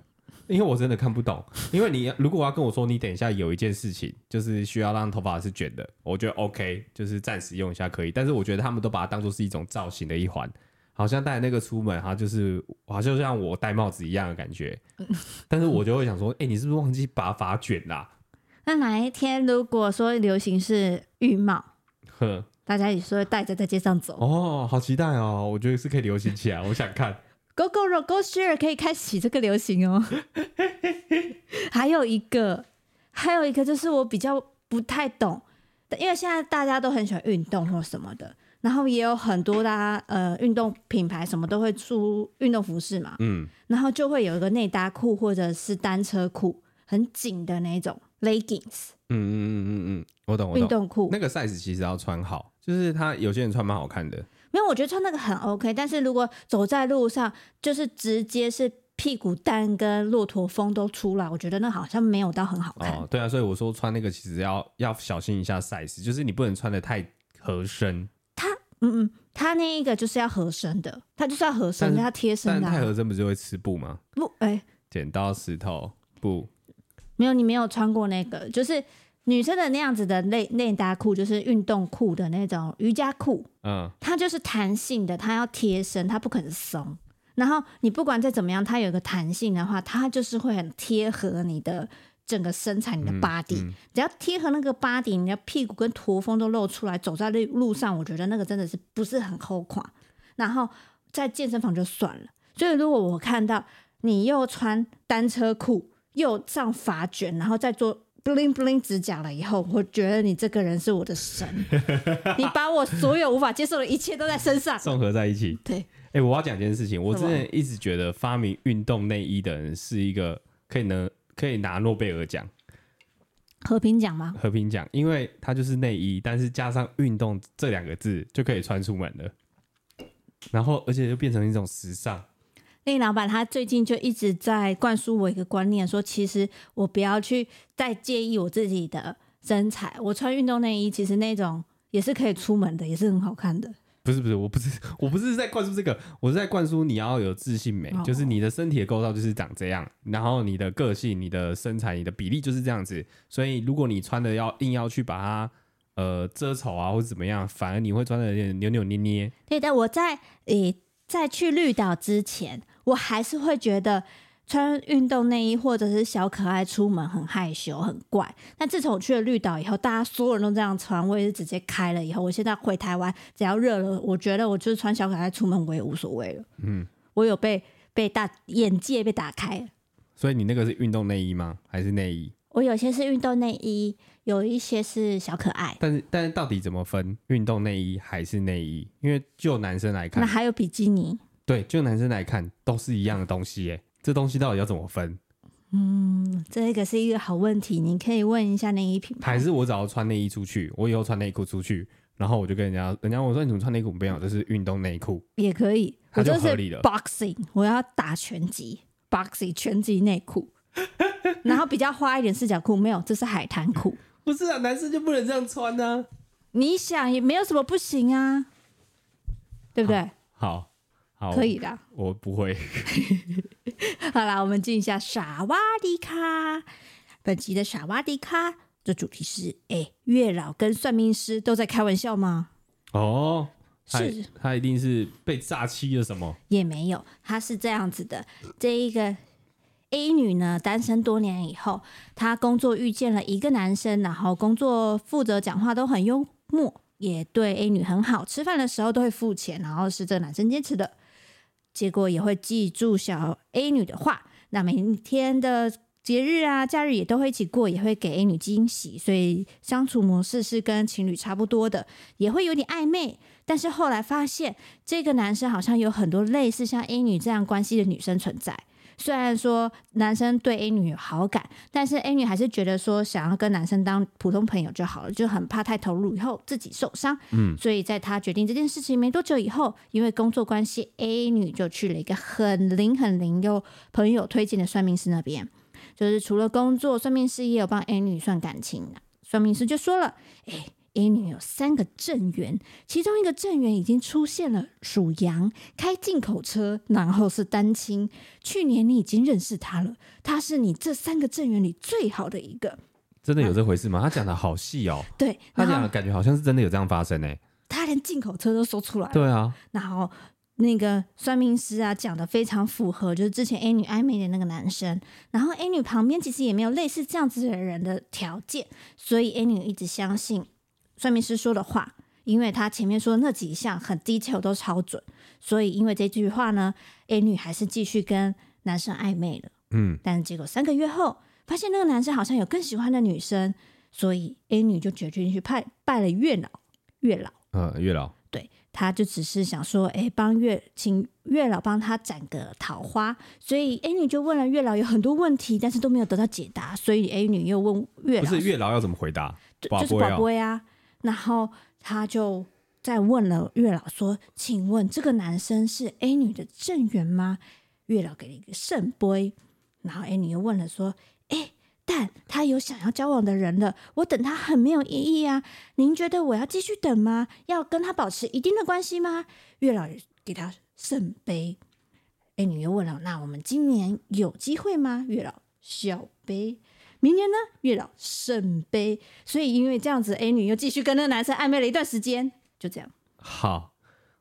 B: 因为我真的看不懂，因为你如果要跟我说你等一下有一件事情，就是需要让头发是卷的，我觉得 OK，就是暂时用一下可以。但是我觉得他们都把它当做是一种造型的一环，好像戴那个出门，哈，就是好像就像我戴帽子一样的感觉。但是我就会想说，哎、你是不是忘记拔发卷啊啦、
A: 那哪一天如果说流行是浴帽，
B: 呵，
A: 大家也说戴着在街上走、
B: 哦，好期待哦！我觉得是可以流行起来，我想看。
A: g o Go Ro Go Share 可以开启这个流行 哦。还有一个，还有一个就是我比较不太懂，因为现在大家都很喜欢运动或什么的，然后也有很多大家呃运动品牌什么都会出运动服饰嘛，
B: 嗯，
A: 然后就会有一个内搭裤或者是单车裤，很紧的那种 leggings
B: 嗯嗯嗯嗯嗯，我懂我
A: 运
B: 懂。
A: 动裤。
B: 那个 size 其实要穿好，就是他有些人穿蛮好看的，
A: 没有，我觉得穿那个很 OK，但是如果走在路上，就是直接是屁股蛋跟骆驼峰都出来，我觉得那好像没有到很好看。
B: 哦，对啊，所以我说穿那个其实要要小心一下 size，就是你不能穿的太合身，
A: 嗯嗯，它那一个就是要合身的，它就是要合身
B: 但
A: 的，
B: 是
A: 要贴身
B: 但
A: 的、
B: 太
A: 啊。
B: 合身不是会吃布吗？
A: 不，哎、
B: 剪刀石头布，
A: 没有，你没有穿过那个，就是女生的那样子的内内搭裤，就是运动裤的那种瑜伽裤，
B: 嗯，
A: 它就是弹性的，它要贴身，它不可能松。然后你不管再怎么样，它有一个弹性的话，它就是会很贴合你的整个身材、你的 body。只要贴合那个 body，你的屁股跟驼峰都露出来，走在路路上，我觉得那个真的是不是很后垮。然后在健身房就算了，所以如果我看到你又穿单车裤，又上发卷，然后再做 bling bling 指甲了以后，我觉得你这个人是我的神， 你把我所有无法接受的一切都在身上。
B: 综合在一 起。
A: 对，
B: 哎、我要讲一件事情，我
A: 什
B: 之
A: 么
B: 前一直觉得发明运动内衣的人是一个可以呢可以拿诺贝尔奖、
A: 和平奖吗？
B: 和平奖，因为它就是内衣，但是加上运动这两个字就可以穿出门了。然后，而且就变成一种时尚，
A: 令老板他最近就一直在灌输我一个观念，说其实我不要去再介意我自己的身材，我穿运动内衣其实那种也是可以出门的，也是很好看的。
B: 不是不是，我不是我不是在灌输这个，我是在灌输你要有自信美，
A: 哦
B: 就是你的身体的构造就是长这样，然后你的个性、你的身材、你的比例就是这样子。所以如果你穿的要硬要去把它呃遮丑啊或者怎么样，反而你会穿的有点扭扭捏捏。
A: 对的，我在诶、在去绿岛之前，我还是会觉得穿运动内衣或者是小可爱出门很害羞、很怪。但自从我去了绿岛以后，大家所有人都这样穿，我也是直接开了。以后我现在回台湾，只要热了，我觉得我就是穿小可爱出门，我也无所谓了。
B: 嗯，
A: 我有被被大眼界被打开了。
B: 所以你那个是运动内衣吗？还是内衣？
A: 我有些是运动内衣，有一些是小可爱，
B: 但是但是到底怎么分运动内衣还是内衣？因为就男生来
A: 那
B: 看，
A: 还有比基尼。
B: 对，就男生来看都是一样的东西耶。这东西到底要怎么分？
A: 嗯，这个是一个好问题，你可以问一下内衣品牌。
B: 还是我只要穿内衣出去，我以后穿内裤出去，然后我就跟人家，人家问我说你怎么穿内裤？没有，这是运动内裤。
A: 也可以，
B: 它
A: 我
B: 就
A: 就
B: 合
A: 是
B: 理了
A: boxing，我要打拳击，boxing 拳击内裤， 然后比较花一点四角裤，没有，这是海滩裤。
B: 不是啊，男生就不能这样穿啊呢、
A: 你想也没有什么不行啊，对不对？
B: 好，好，
A: 可以的。
B: 我，我不会。
A: 好啦，我们进一下傻哇迪卡。本集的傻哇迪卡的主题是：哎，月老跟算命师都在开玩笑吗？
B: 哦，他
A: 是
B: 他一定是被诈欺了什么？
A: 也没有，她是这样子的，这一个 A 女呢，单身多年以后，她工作遇见了一个男生，然后工作负责讲话都很幽默，也对 A 女很好，吃饭的时候都会付钱，然后是这个男生坚持的，结果也会记住小 A 女的话，那每天的。节日啊，假日也都会一起过，也会给 A 女惊喜，所以相处模式是跟情侣差不多的，也会有点暧昧。但是后来发现，这个男生好像有很多类似像 A 女这样关系的女生存在。虽然说男生对 A 女有好感，但是 A 女还是觉得说想要跟男生当普通朋友就好了，就很怕太投入以后自己受伤。
B: 嗯，
A: 所以在她决定这件事情没多久以后，因为工作关系，A 女就去了一个很灵很灵又朋友推荐的算命师那边。就是除了工作，算命师也有帮 A 女算感情的。算命师就说了：“哎、a 女有三个正缘，其中一个正缘已经出现了，属羊，开进口车，然后是单亲。去年你已经认识他了，他是你这三个正缘里最好的一个。
B: 真的有这回事吗？他讲的好细哦，
A: 对，
B: 他
A: 啊然
B: 讲的
A: 后哎
B: 感觉好像是真的有这样发生诶、
A: 他连进口车都说出来了。
B: 对啊，
A: 然后那个算命师啊讲的非常符合，就是之前 A 女暧昧的那个男生。然后 A 女旁边其实也没有类似这样子的人的条件，所以 A 女一直相信算命师说的话，因为她前面说的那几项很 detail 都超准，所以因为这句话呢，A 女还是继续跟男生暧昧了。
B: 嗯，
A: 但结果三个月后，发现那个男生好像有更喜欢的女生，所以 A 女就决定去拜拜了月老。月老。
B: 呃，月老，
A: 对，他就只是想说，哎，帮月请月老帮他斩个桃花，所以 A 女就问了月老有很多问题，但是都没有得到解答，所以 A 女又问月
B: 不
A: 老，
B: 是月老要怎么回答？
A: 啊就
B: 宝
A: 就是
B: 贝啊
A: 宝贝啊，然后他就再问了月老说，请问这个男生是 A 女的正缘吗？月老给了一个圣杯，然后 A 女又问了说，哎。但他有想要交往的人了，我等他很没有意义啊！您觉得我要继续等吗？要跟他保持一定的关系吗？月老给他圣杯。哎，你又问了，那我们今年有机会吗？月老小杯，明年呢？月老圣杯。所以因为这样子，A 女又继续跟那个男生暧昧了一段时间，就这样。
B: 好，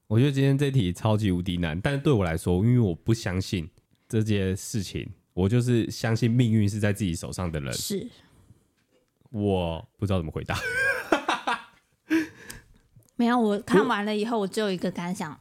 B: 我觉得今天这题超级无敌难，但是对我来说，因为我不相信这件事情，我就是相信命运是在自己手上的人，
A: 是
B: 我不知道怎么回答。
A: 啊没有，我看完了以后，我只有一个感想：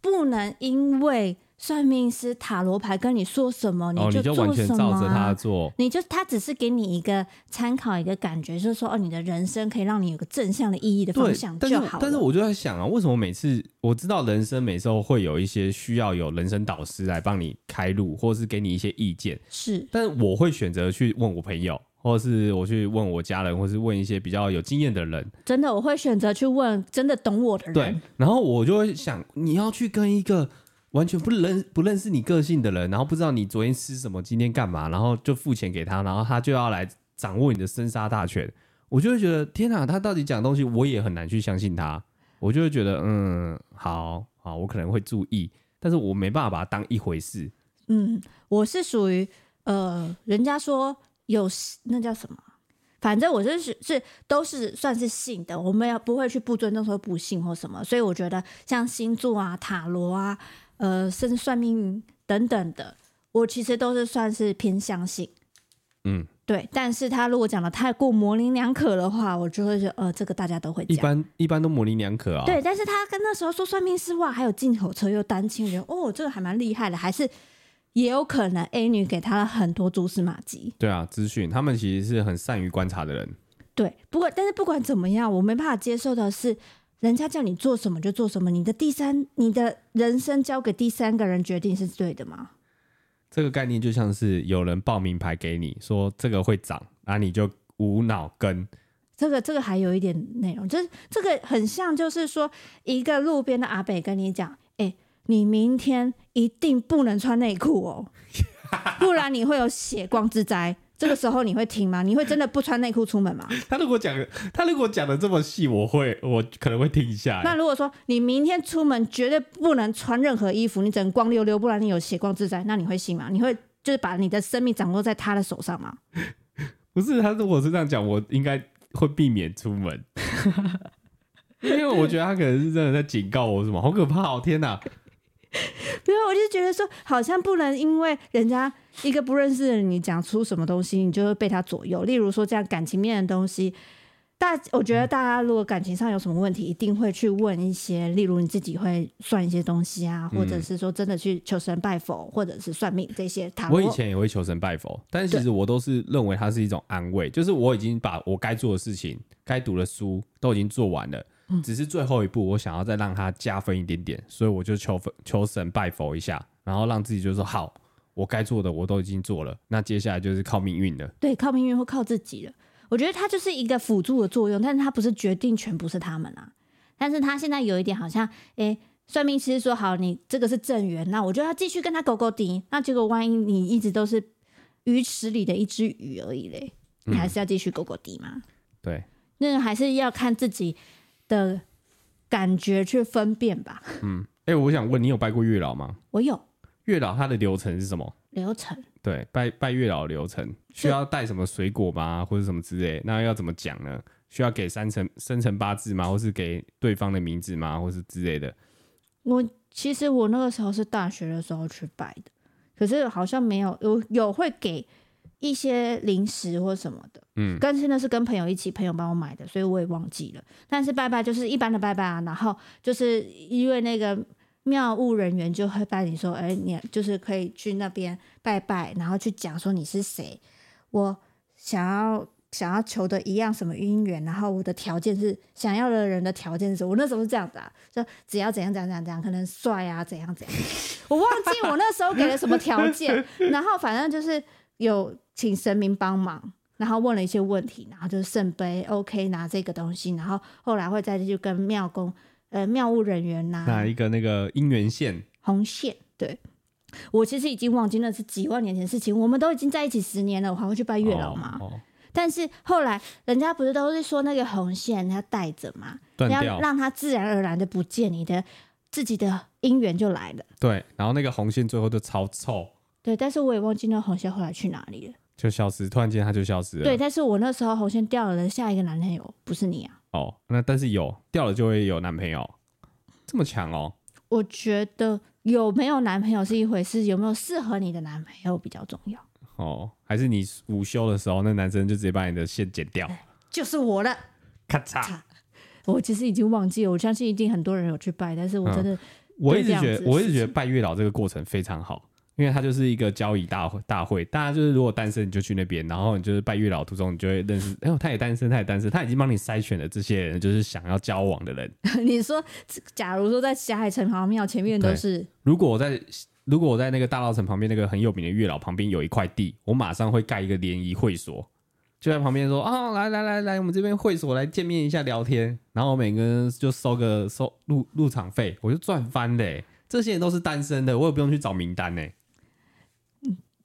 A: 不能因为算命师、塔罗牌跟你说什么，
B: 哦，你就
A: 就
B: 完
A: 做
B: 全
A: 什么、
B: 照着他
A: 啊。
B: 做，
A: 你就他只是给你一个参考，一个感觉，就是说哦，你的人生可以让你有个正向的意义的方
B: 对
A: 向，
B: 但是
A: 就好了。
B: 但是我就在想啊，为什么每次我知道人生每次都会有一些需要有人生导师来帮你开路，或是给你一些意见，
A: 是
B: 但是我会选择去问我朋友，或是我去问我家人，或是问一些比较有经验的人。
A: 真的，我会选择去问真的懂我的
B: 对
A: 人。，
B: 然后我就会想，你要去跟一个完全不认不认识你个性的人，然后不知道你昨天吃什么，今天干嘛，然后就付钱给他，然后他就要来掌握你的生杀大权，我就会觉得天哪，他到底讲的东西，我也很难去相信他，我就会觉得嗯，好好，我可能会注意，但是我没办法把它当一回事。
A: 嗯，我是属于呃，人家说有那叫什么，反正我就是是都是算是信的，我们要不会去不尊重说不信或什么，所以我觉得像星座啊、塔罗啊、呃，甚至算命等等的，我其实都是算是偏相信。
B: 嗯，
A: 对，但是他如果讲的太过模棱两可的话，我就会觉得呃，这个大家都会
B: 一
A: 讲。
B: 般一般都模棱两可啊。
A: 对，但是他跟那时候说算命师哇，还有进口车又单亲，我觉得哦，这个还蛮厉害的，还是也有可能 A 女给他了很多蛛丝马迹。
B: 对啊，资讯他们其实是很善于观察的人。
A: 对，不过但是不管怎么样，我没办法接受的是，人家叫你做什么就做什么，你的第三，你的人生交给第三个人决定是对的吗？
B: 这个概念就像是有人报名牌给你说这个会涨，那、你就无脑跟。
A: 这个这个还有一点内容，就是这个很像，就是说一个路边的阿北跟你讲，哎、你明天一定不能穿内裤哦， 不然你会有血光之灾。这个时候你会听吗？你会真的不穿内裤出门吗？
B: 他如果讲他如果讲的这么细，我会我可能会听一下、
A: 那如果说你明天出门绝对不能穿任何衣服，你只能光溜溜，不然你有血光之灾，那你会信吗？你会就是把你的生命掌握在他的手上吗？
B: 不是他如果是这样讲，我应该会避免出门，因为我觉得他可能是真的在警告我什么，好可怕哦！天哪，
A: 没有，啊我就觉得说，好像不能因为人家一个不认识的人，你讲出什么东西，你就会被他左右。例如说，这样感情面的东西，大我觉得大家如果感情上有什么问题，一定会去问一些，例如你自己会算一些东西啊，
B: 嗯
A: 或者是说真的去求神拜佛，或者是算命这些塔罗。
B: 我以前也会求神拜佛，但其
A: 对
B: 实我都是认为它是一种安慰，就是我已经把我该做的事情、该读的书都已经做完了，只是最后一步我想要再让它加分一点点，所以我就求分求神拜佛一下，然后让自己就说好，我该做的我都已经做了，那接下来就是靠命运了。
A: 对，靠命运或靠自己的。我觉得它就是一个辅助的作用，但是它不是决定全部是他们啊。但是他现在有一点好像，诶，算命师说好你这个是正缘，那我就要继续跟他狗狗顶。那结果万一你一直都是鱼池里的一只鱼而已嘞，你还是要继续狗狗顶嘛？
B: 对，
A: 那个还是要看自己的感觉去分辨吧。
B: 哎、我想问你有拜过月老吗？
A: 我有
B: 月老它的流程是什么？
A: 流程，
B: 对，拜拜月老的流程需要带什么水果吗，或者什么之类？那要怎么讲呢？需要给三层生辰八字吗，或是给对方的名字吗，或是之类的？
A: 我其实我那个时候是大学的时候去拜的，可是好像没有有有会给一些零食或什么的，
B: 嗯，
A: 但是那是跟朋友一起，朋友帮我买的，所以我也忘记了。但是拜拜就是一般的拜拜啊，然后就是因为那个庙务人员就会拜你说，哎，你就是可以去那边拜拜，然后去讲说你是谁，我想要。想要求的一样什么姻缘，然后我的条件是想要的人的条件是什么？我那时候是这样子啊，就只要怎样怎样怎样怎样，可能帅啊怎样怎样，我忘记我那时候给了什么条件，然后反正就是有请神明帮忙，然后问了一些问题，然后就是圣杯 OK 拿这个东西，然后后来会再去跟庙公呃庙务人员拿
B: 哪一个那个姻缘线？
A: 红线。对我其实已经忘记那是几万年前的事情，我们都已经在一起十年了，我还会去拜月老吗？
B: 哦哦
A: 但是后来人家不是都是说那个红线要带着嘛，
B: 断
A: 要
B: 掉，
A: 让它自然而然的不见，你的自己的姻缘就来了。
B: 对，然后那个红线最后就超臭，
A: 对，但是我也忘记那红线后来去哪里了。
B: 就消失，突然间它就消失了。
A: 对，，但是我那时候红线掉了，下一个男朋友不是你啊？
B: 哦，那但是有掉了就会有男朋友，这么强哦。
A: 我觉得有没有男朋友是一回事，有没有适合你的男朋友比较重要。
B: 哦，还是你午休的时候，那男生就直接把你的线剪掉，
A: 就是我了，
B: 咔嚓。
A: 我其实已经忘记了，我相信一定很多人有去拜，但是我真的
B: 我一直
A: 对这
B: 觉
A: 样子
B: 得，
A: 的
B: 我一直
A: 事
B: 觉得
A: 情
B: 拜月老这个过程非常好，因为它就是一个交易大会，大会，大家就是如果单身你就去那边，然后你就是拜月老途中，你就会认识，哎呦，他也单身，他也单身，他已经帮你筛选了这些人，就是想要交往的人。
A: 你说，假如说在霞海城隍庙前面都
B: 对
A: 是
B: 如果我在如果我在那个大稻城旁边那个很有名的月老旁边有一块地，我马上会盖一个联谊会所，就在旁边说啊、来来来来，我们这边会所来见面一下聊天，然后每个人就收个收入入场费，我就赚翻嘞、这些人都是单身的，我也不用去找名单呢、欸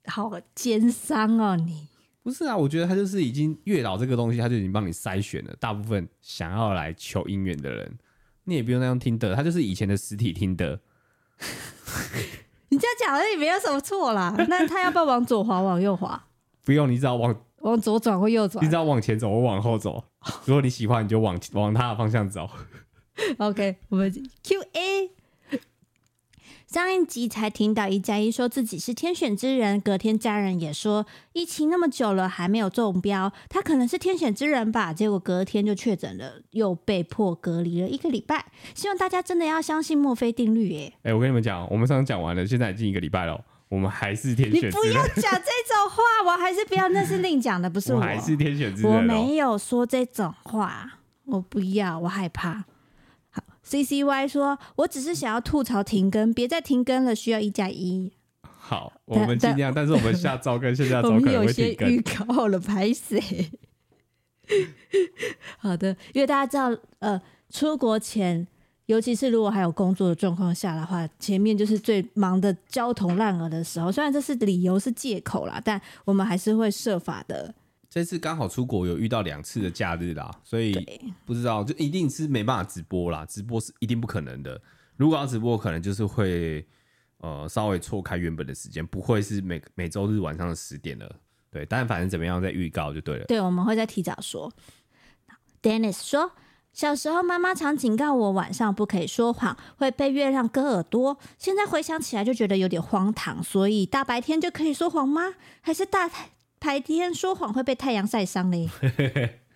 A: 好奸商哦，你
B: 不是啊，我觉得他就是已经月老这个东西，他就已经帮你筛选了大部分想要来求姻缘的人，你也不用那样听的，他就是以前的实体听的，
A: 你这样讲好像也没有什么错啦。那他要不要往左滑，往右滑，
B: 不用你只要往
A: 往左转或右转
B: 你只要往前走，我往后走。如果你喜欢，你就往往他的方向走。
A: ？OK，我们 Q&A。上一集才听到一加一说自己是天选之人，隔天家人也说疫情那么久了还没有中标，他可能是天选之人吧。结果隔天就确诊了，又被迫隔离了一个礼拜。希望大家真的要相信墨菲定律耶！
B: 哎、我跟你们讲，我们上次讲完了，现在已经一个礼拜了，我们还是天
A: 你
B: 选
A: 不
B: 之
A: 要
B: 人，
A: 讲这种话，我还是不要，那是另讲的，不是
B: 我
A: 我。啊
B: 们还是天选之
A: 我
B: 人、哦。
A: 没有说这种话，我不要，我害怕。好，C C Y 说，我只是想要吐槽停更，别再停更了，需要一加一。
B: 好，我们尽量，但是我们下周跟下下
A: 我
B: 周可
A: 们
B: 能
A: 有
B: 会
A: 些
B: 停
A: 预
B: 更。
A: 告了，拍谁？ 好的，因为大家知道，呃，出国前，尤其是如果还有工作的状况下的话，前面就是最忙的焦头烂额的时候。虽然这是理由是借口啦，但我们还是会设法的。
B: 这次刚好出国有遇到两次的假日啦，所
A: 对
B: 以不知道就一定是没办法直播啦，直播是一定不可能的。如果要直播，可能就是会呃稍微错开原本的时间，不会是每每周日晚上的十点了。对，但反正怎么样，再预告就对了。
A: 对，我们会再提早说。Dennis 说，小时候妈妈常警告我晚上不可以说谎，会被月亮割耳朵。现在回想起来就觉得有点荒唐，所以大白天就可以说谎吗？还是大太白天说谎会被太阳晒伤嘞？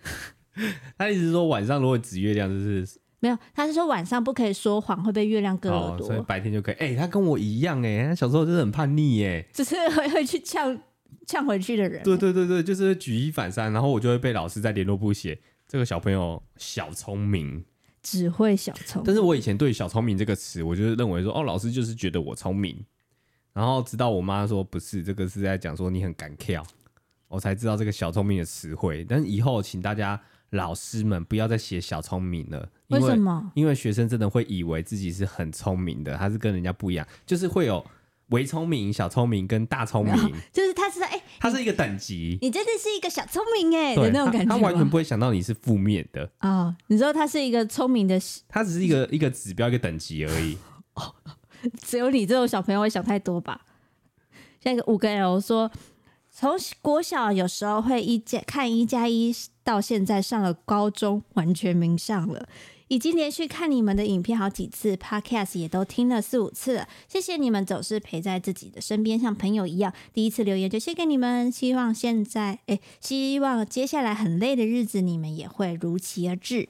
B: 他意思是说晚上如果指月亮就是
A: 没有，他是说晚上不可以说谎会被月亮割耳
B: 哦，
A: 朵，
B: 所以白天就可以。哎、他跟我一样哎、他小时候就是很叛逆哎、
A: 就是会会去呛呛回去的人。
B: 对对对对，就是举一反三，然后我就会被老师在联络部写这个小朋友小聪明。
A: 只会小聪
B: 但是我以前对“小聪明”这个词，我就是认为说哦，老师就是觉得我聪明。然后直到我妈说不是，这个是在讲说你很敢跳，我才知道这个小聪明的词汇。但以后请大家老师们不要再写小聪明了，因
A: 为
B: 为
A: 什么？
B: 因为学生真的会以为自己是很聪明的，他是跟人家不一样，就是会有微聪明、小聪明跟大聪明，
A: 就是他是说，哎、
B: 它是一个等级。
A: 你真的是一个小聪明哎的
B: 对，
A: 那种
B: 他
A: 感觉吗。
B: 他完全不会想到你是负面的，
A: 哦，你说他是一个聪明的
B: 它只是一个一个指标、一个等级而已。
A: 只有你这种小朋友会想太多吧？下一个五个 L 说，从国小有时候会一加看一加一，到现在上了高中，完全迷上了。已经连续看你们的影片好几次，Podcast 也都听了四五次了。谢谢你们总是陪在自己的身边，像朋友一样。第一次留言就谢给你们，希望现在，哎，希望接下来很累的日子，你们也会如期而至。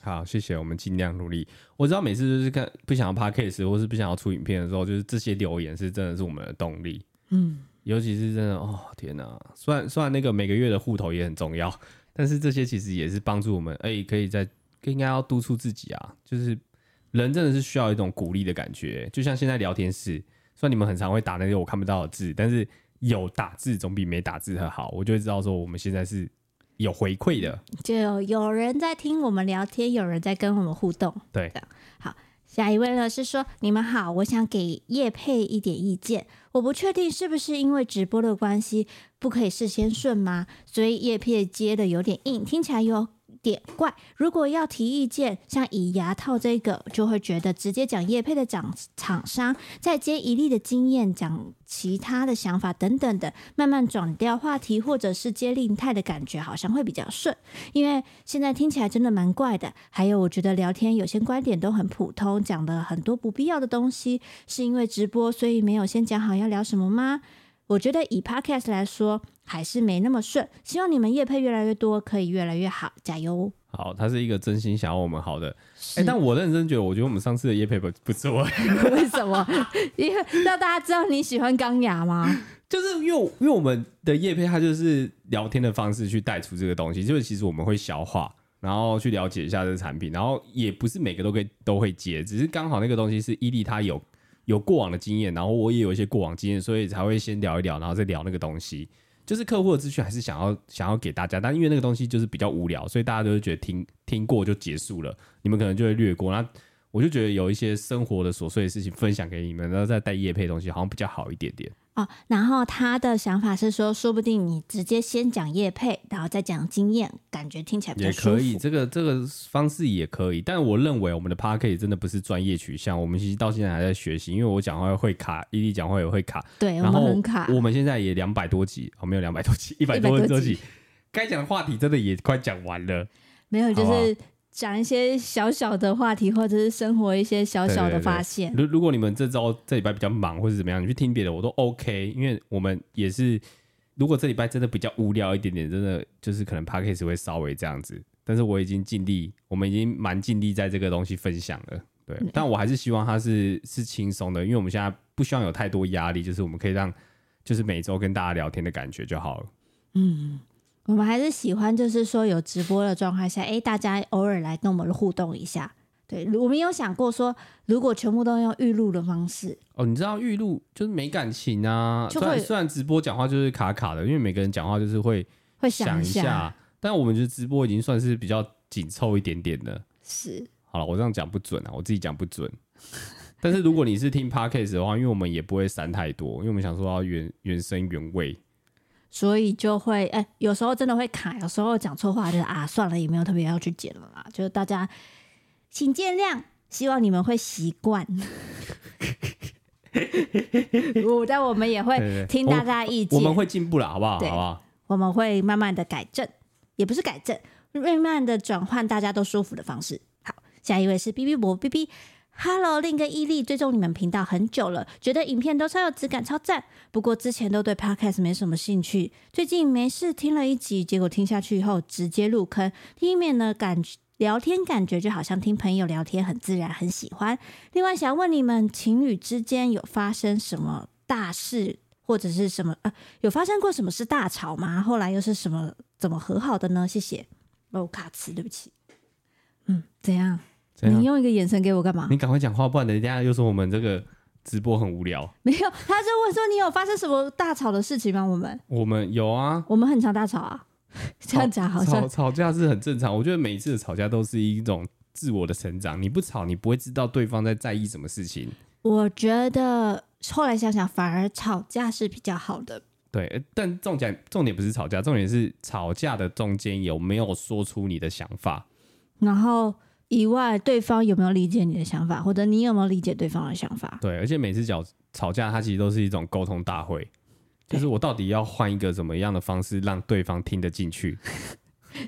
B: 好，谢谢，我们尽量努力。我知道每次就是看不想要 p a d c a s e 或是不想要出影片的时候，就是这些留言是真的是我们的动力。
A: 嗯，
B: 尤其是真的哦，天哪！虽然虽然那个每个月的户头也很重要，但是这些其实也是帮助我们，哎、可以在应该要督促自己啊，就是人真的是需要一种鼓励的感觉。就像现在聊天室，虽然你们很常会打那个我看不到的字，但是有打字总比没打字还好。我就会知道说我们现在是有回馈的，
A: 就有人在听我们聊天，有人在跟我们互动。
B: 对，
A: 下一位呢是说：“你们好，我想给叶佩一点意见。我不确定是不是因为直播的关系，不可以事先顺吗？所以叶佩接的有点硬，听起来有点怪。如果要提意见，像以牙套这个，就会觉得直接讲叶佩的厂厂商，再接一例的经验，讲其他的想法等等的，慢慢转掉话题，或者是接令态的感觉，好像会比较顺。因为现在听起来真的蛮怪的。还有，我觉得聊天有些观点都很普通，讲的很多不必要的东西，是因为直播，所以没有先讲好要聊什么吗？我觉得以 podcast 来说，还是没那么顺。希望你们业配越来越多，可以越来越好，加油！
B: 好，他是一个真心想要我们好的。哎、
A: 是
B: 但我认真觉得，我觉得我们上次的叶配不不错、
A: 为什么？ 因为让大家知道你喜欢钢牙吗？
B: 就是因为我因为我们的叶配，它就是聊天的方式去带出这个东西，就是其实我们会消化，然后去了解一下这个产品，然后也不是每个都可以都会接，只是刚好那个东西是伊利他有有过往的经验，然后我也有一些过往经验，所以才会先聊一聊，然后再聊那个东西。就是客户的资讯还是想要想要给大家，但因为那个东西就是比较无聊，所以大家都会觉得听听过就结束了，你们可能就会略过。那我就觉得有一些生活的琐碎的事情分享给你们，然后再带叶配的东西，好像比较好一点点。
A: 哦，然后他的想法是说，说不定你直接先讲业配，然后再讲经验，感觉听起来比较
B: 也
A: 舒服。
B: 可以，这个这个方式也可以，但我认为我们的 p a r k e 真的不是专业取向，我们其实到现在还在学习，因为我讲话会卡，伊利讲话也会卡，
A: 对哎我
B: 然
A: 们
B: 后
A: 很卡，
B: 我们现在也两百多集，哦，没有两百多 集，一百多
A: 100多
B: 多
A: 集
B: 集，该讲的话题真的也快讲完了，
A: 没有就
B: 好啊
A: 是讲一些小小的话题，或者是生活一些小小
B: 对
A: 的
B: 对对
A: 发现。
B: 如如果你们这周这礼拜比较忙或者怎么样，你去听别的我都 OK，因为我们也是，如果这礼拜真的比较无聊一点点，真的就是可能 p a r k e 会稍微这样子，但是我已经尽力，我们已经蛮尽力在这个东西分享了。对，
A: 嗯
B: 但我还是希望它是是轻松的，因为我们现在不希望有太多压力，就是我们可以让就是每周跟大家聊天的感觉就好了。
A: 嗯我们还是喜欢，就是说有直播的状况下，哎，大家偶尔来跟我们互动一下。对，我们有想过说，如果全部都用预录的方式，
B: 哦，你知道玉露就是没感情啊，
A: 就
B: 虽然
A: 会
B: 虽然直播讲话就是卡卡的，因为每个人讲话就是会
A: 会
B: 想
A: 一
B: 下，但我们觉得直播已经算是比较紧凑一点点的。
A: 是
B: 好了，我这样讲不准啊，我自己讲不准。 但是如果你是听 podcast 的话，因为我们也不会删太多，因为我们想说要原原声原味。
A: 所以就会哎、有时候真的会卡，有时候讲错话就是啊，算了，也没有特别要去剪了啦。就是大家请见谅，希望你们会习惯。 我但我们也会
B: 对对
A: 听大家意见，
B: 我们会进步了，好不好？
A: 对
B: 好不好？
A: 我们会慢慢的改正，也不是改正，慢慢的转换大家都舒服的方式。好，下一位是 B B 博 B B。Hello，令跟伊利追踪你们频道很久了，觉得影片都超有质感，超赞。不过之前都对 Podcast 没什么兴趣，最近没事听了一集，结果听下去以后直接入坑。听一面呢，感聊天感觉就好像听朋友聊天，很自然，很喜欢。另外想问你们，情侣之间有发生什么大事，或者是什么呃有发生过什么是大吵吗？后来又是什么怎么和好的呢？谢谢。哦，卡词，对不起。嗯，怎样？
B: 怎样
A: 你用一个眼神给我干嘛？
B: 你赶快讲话，不然人家又说我们这个直播很无聊。
A: 没有，他就问说你有发生什么大吵的事情吗？我们
B: 我们有啊，
A: 我们很常大吵啊， 这样讲好
B: 吵
A: 像
B: 吵架是很正常。我觉得每一次的吵架都是一种自我的成长。你不吵，你不会知道对方在在意什么事情。
A: 我觉得后来想想，反而吵架是比较好的。
B: 对，呃但重点重点不是吵架，重点是吵架的中间有没有说出你的想法。
A: 然后以外，对方有没有理解你的想法，或者你有没有理解对方的想法？
B: 对，而且每次吵吵架，它其实都是一种沟通大会，就是我到底要换一个怎么样的方式让对方听得进去。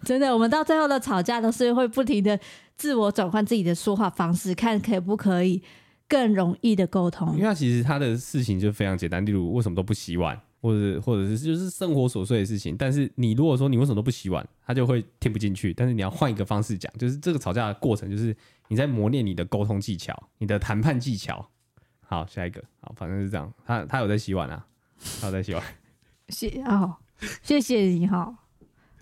A: 真的，我们到最后的吵架都是会不停的自我转换自己的说话方式，看可不可以更容易的沟
B: 因为
A: 通。
B: 它其实它的事情就非常简单，例如为什么都不洗碗，或者或者是就是生活琐碎的事情。但是你如果说你为什么都不洗碗，他就会听不进去。但是你要换一个方式讲，就是这个吵架的过程，就是你在磨练你的沟通技巧、你的谈判技巧。好，下一个，好，反正是这样。他他有在洗碗啊，他有在洗碗。
A: 谢哦，谢谢你哈、哦。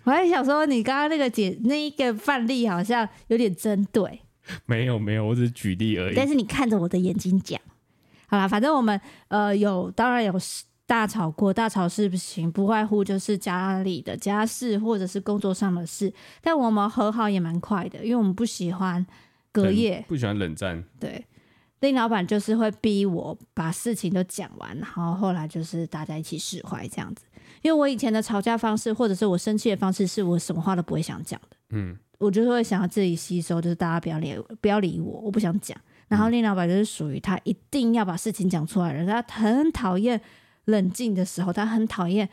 A: 我还想说，你刚刚那个解那一个范例好像有点针对，
B: 没有没有，我只是举例而已。
A: 但是你看着我的眼睛讲，好啦，反正我们呃有，当然有大吵过，大吵事情不外乎就是家里的家事或者是工作上的事，但我们和好也蛮快的，因为我们不喜欢隔
B: 冷
A: 夜，
B: 不喜欢冷战，
A: 对，令老板就是会逼我把事情都讲完，然后后来就是大家一起释怀这样子。因为我以前的吵架方式，或者是我生气的方式，是我什么话都不会想讲的。
B: 嗯，
A: 我就是会想要自己吸收，就是大家不要理不要理我，我不想讲。然后令老板就是属于他一定要把事情讲出来的人，他很讨厌冷静的时候，他很讨厌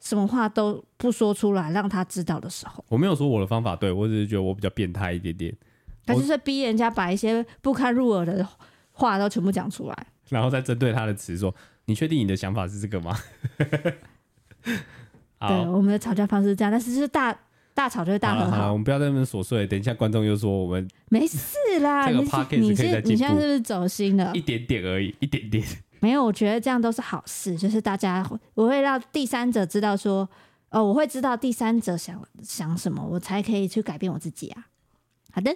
A: 什么话都不说出来让他知道的时候，
B: 我没有说我的方法对，我只是觉得我比较变态一点点，
A: 他
B: 我
A: 就是逼人家把一些不堪入耳的话都全部讲出来。
B: 然后再针对他的词说：“你确定你的想法是这个吗？”
A: 对，
B: 好，
A: 我们的吵架方式是这样，但是就是大大吵就是大和
B: 好了好了，
A: 好
B: 我，们不要在那边琐碎，等一下观众又说我们
A: 没事啦。
B: 这个
A: 你
B: podcast
A: 是你
B: 可以再
A: 是
B: 进步
A: 你现在是不是走心了
B: 一？点点而已，一点点。
A: 没有，我觉得这样都是好事，就是大家会我会让第三者知道说，哦，我会知道第三者想想什么，我才可以去改变我自己啊。好的，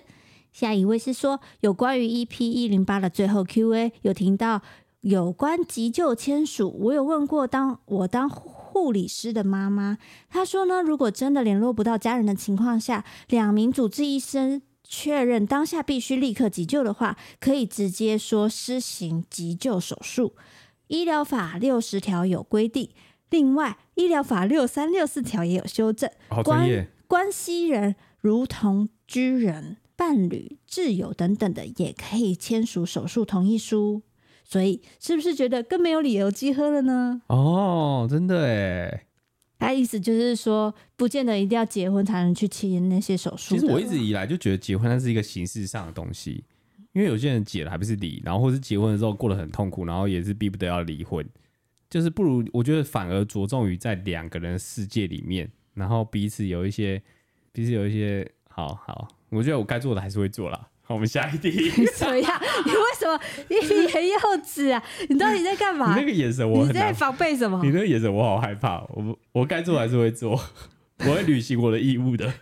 A: 下一位是说有关于 EP 一零八的最后 Q&A 有听到有关急救签署，我有问过当我当护理师的妈妈，她说呢，如果真的联络不到家人的情况下，两名主治医生。确认当下必须立刻急救的话，可以直接说施行急救手术。医疗法六十条有规定，另外医疗法六三六四条也有修正。
B: 好专
A: 关
B: 业，
A: 关系人如同居人、伴侣、挚友等等的，也可以签署手术同意书。所以，是不是觉得更没有理由集合了呢？
B: 哦，真的哎。
A: 他意思就是说，不见得一定要结婚才能去签那些手术
B: 其
A: 的。啊
B: 实我一直以来就觉得结婚它是一个形式上的东西，因为有些人结了还不是离，然后或是结婚的时候过得很痛苦，然后也是逼不得要离婚。就是不如我觉得反而着重于在两个人的世界里面，然后彼此有一些，彼此有一些，好好，我觉得我该做的还是会做啦。好，我们下一题。
A: 你 怎么样？你为什么你你 很幼稚啊？你到底在干
B: 你
A: 嘛
B: 那？个眼神我
A: 你
B: 很
A: 在
B: 难，
A: 防备什么
B: 你？那个眼神我好害怕。哦我不我该做还是会做， 我会履行我的义务的。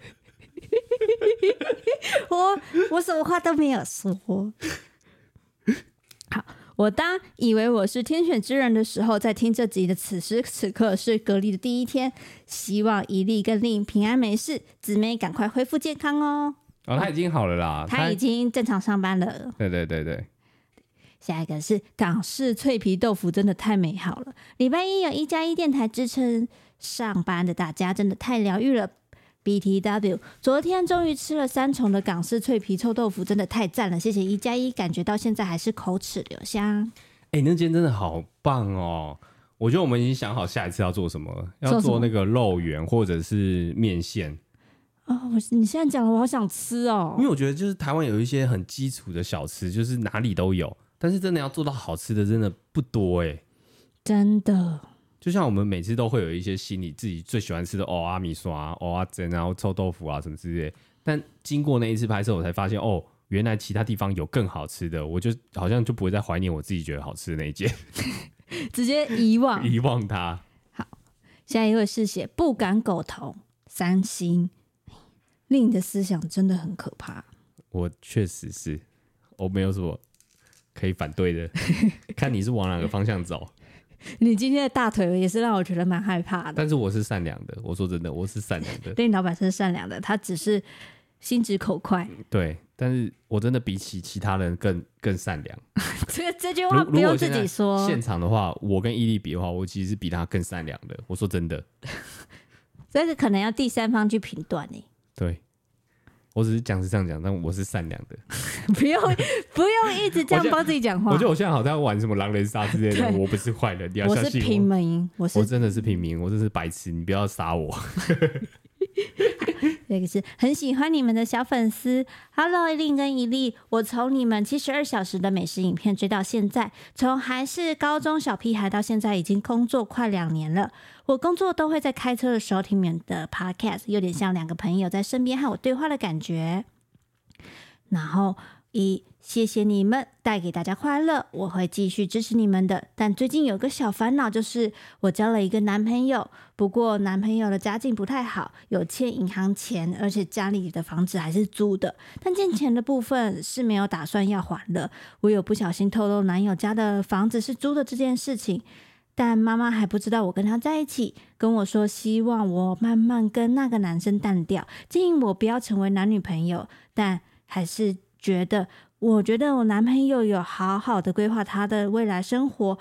A: 我我什么话都没有说。好，我当以为我是天选之人的时候，在听这集的此时此刻是隔离的第一天，希望一粒跟另平安没事，姊妹赶快恢复健康哦。
B: 哦，他已经好了啦，
A: 她已经正常上班了。
B: 对对对对，
A: 下一个是港式脆皮豆腐，真的太美好了。礼拜一有一加一电台支撑上班的大家，真的太疗愈了。BTW，昨天终于吃了三重的港式脆皮臭豆腐，真的太赞了！谢谢一加一，感觉到现在还是口齿留香。
B: 哎、那间真的好棒哦！我觉得我们已经想好下一次要做什么了，要
A: 做什
B: 做
A: 么
B: 那个肉圆或者是面线，
A: 哦，我你现在讲了，我好想吃哦
B: 因为。我觉得就是台湾有一些很基础的小吃，就是哪里都有，但是真的要做到好吃的真的不多哎、
A: 真的，
B: 就像我们每次都会有一些心里自己最喜欢吃的哦阿米刷、啊、哦阿珍啊、臭豆腐啊什么之类的，但经过那一次拍摄，我才发现哦，原来其他地方有更好吃的，我就好像就不会再怀念我自己觉得好吃的那一件，
A: 直接遗 忘。
B: 遗忘它。
A: 下一位是写不敢苟同，三星。令你的思想真的很可怕。
B: 我确实是，我没有什么可以反对 的，看你是往哪个方向走。
A: 你今天的大腿也是让我觉得蛮害怕的。
B: 但是我是善良的，我说真的，我是善良的。
A: 对，老板是善良的，他只是心直口快。
B: 对，但是我真的比起其他人更更善良。
A: 这这句
B: 如
A: 话不
B: 如
A: 用
B: 果
A: 自
B: 现在
A: 己说，
B: 现场的话，我跟伊利比的话，我其实是比他更善良的。我说真的，
A: 这个可能要第三方去评断欸你，
B: 对。我只是讲是这样讲，但我是善良的。
A: 不用不用一直这样帮自己讲
B: 我
A: 话
B: 觉。得我现在好像在玩什么狼人杀之类的，
A: 对
B: 我不是坏人，你要
A: 我
B: 相
A: 是
B: 信
A: 平
B: 我。
A: 民，我
B: 我
A: 是
B: 真的是平民，我真是白痴，你不要杀我。
A: 那个是很喜欢你们的小粉丝。Hello，一令跟一粒，我从你们七十二小时的美食影片追到现在，从还是高中小屁孩到现在已经工作快两年了。我工作都会在开车的时候听你们的 podcast，有点像两个朋友在身边和我对话的感觉。然后一谢谢你们带给大家快乐，我会继续支持你们的。但最近有个小烦恼，就是我交了一个男朋友，不过男朋友的家境不太好，有欠银行钱，而且家里的房子还是租的，但欠钱的部分是没有打算要还的。我有不小心透露男友家的房子是租的这件事情，但妈妈还不知道我跟他在一起，跟我说希望我慢慢跟那个男生淡掉，建议我不要成为男女朋友，但还是觉得。我觉得我男朋友有好好的规划他的未来生活，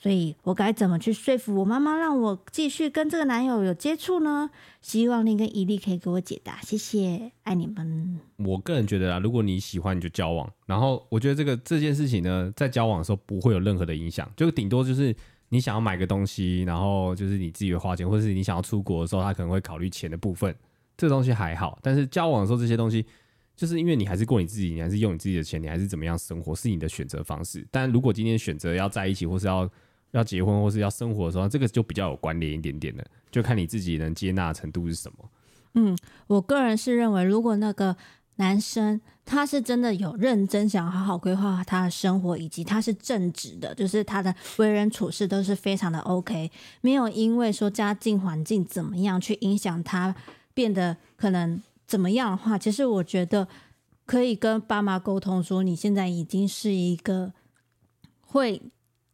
A: 所以我该怎么去说服我妈妈，让我继续跟这个男友有接触呢？希望你跟伊利可以给我解答，谢谢，爱你们。
B: 我个人觉得啊，如果你喜欢你就交往，然后我觉得这个这件事情呢，在交往的时候不会有任何的影响，就顶多就是你想要买个东西，然后就是你自己会花钱，或者是你想要出国的时候，他可能会考虑钱的部分，这个东西还好。但是交往的时候这些东西，就是因为你还是过你自己，你还是用你自己的钱，你还是怎么样生活，是你的选择方式。但如果今天选择要在一起，或是要要结婚，或是要生活的时候，这个就比较有关联一点点的，就看你自己能接纳的程度是什么。
A: 我个人是认为，如果那个男生他是真的有认真想好好规划他的生活，以及他是正直的，就是他的为人处事都是非常的 OK，没有因为说家境环境怎么样去影响他变得可能怎么样的话，其实我觉得可以跟爸妈沟通说，你现在已经是一个会。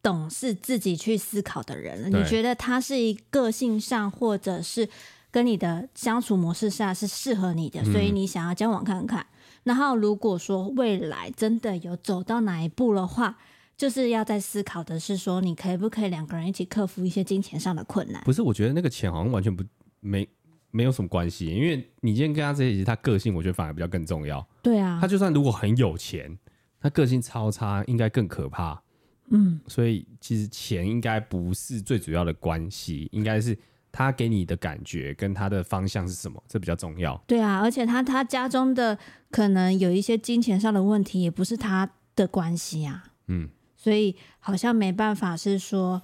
A: 懂事自己去思考的人了，你
B: 对
A: 觉得他是一个性上，或者是跟你的相处模式下是适合你的，所以你想要交往看看。然后如果说未来真的有走到哪一步的话，就是要在思考的是说，你可不可以两个人一起克服一些金钱上的困难？
B: 不是，我觉得那个钱好像完全不没没有什么关系，因为你今天跟他在一起，他个性我觉得反而比较更重要。
A: 对啊
B: 他，就算如果很有钱，他个性超差，应该更可怕。
A: 嗯，
B: 所以其实钱应该不是最主要的关系，应该是他给你的感觉跟他的方向是什么，这比较重要。
A: 对啊，而且他他家中的可能有一些金钱上的问题，也不是他的关系啊。
B: 嗯，
A: 所以好像没办法是说，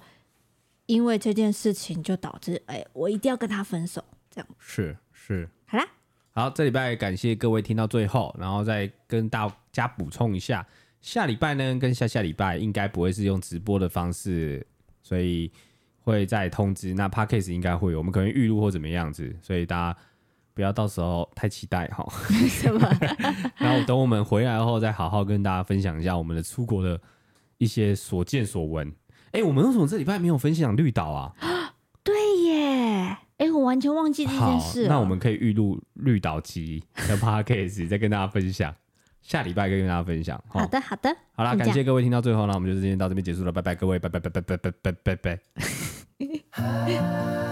A: 因为这件事情就导致，哎，我一定要跟他分手。
B: 是是。
A: 好啦，
B: 好，这礼拜感谢各位听到最后，然后再跟大家补充一下，下礼拜呢跟下下礼拜应该不会是用直播的方式，所以会再通知。那 p a c k a g e 应该会有，我们可能预录或怎么样子，所以大家不要到时候太期待哈。
A: 什么？
B: 然后等我们回来后，再好好跟大家分享一下我们的出国的一些所见所闻。哎，我们为什么这礼拜没有分享绿岛啊？
A: 对耶，哎，我完全忘记这
B: 好
A: 件事，了。哦
B: 那我们可以预录绿岛集的 podcast，再跟大家分享。下礼拜跟大家分享。
A: 好，的，好的，
B: 好啦，
A: 就这样
B: 感谢各位听到最后，那我们就今天到这边结束了，拜拜各位，拜拜拜拜拜拜拜拜拜。
C: I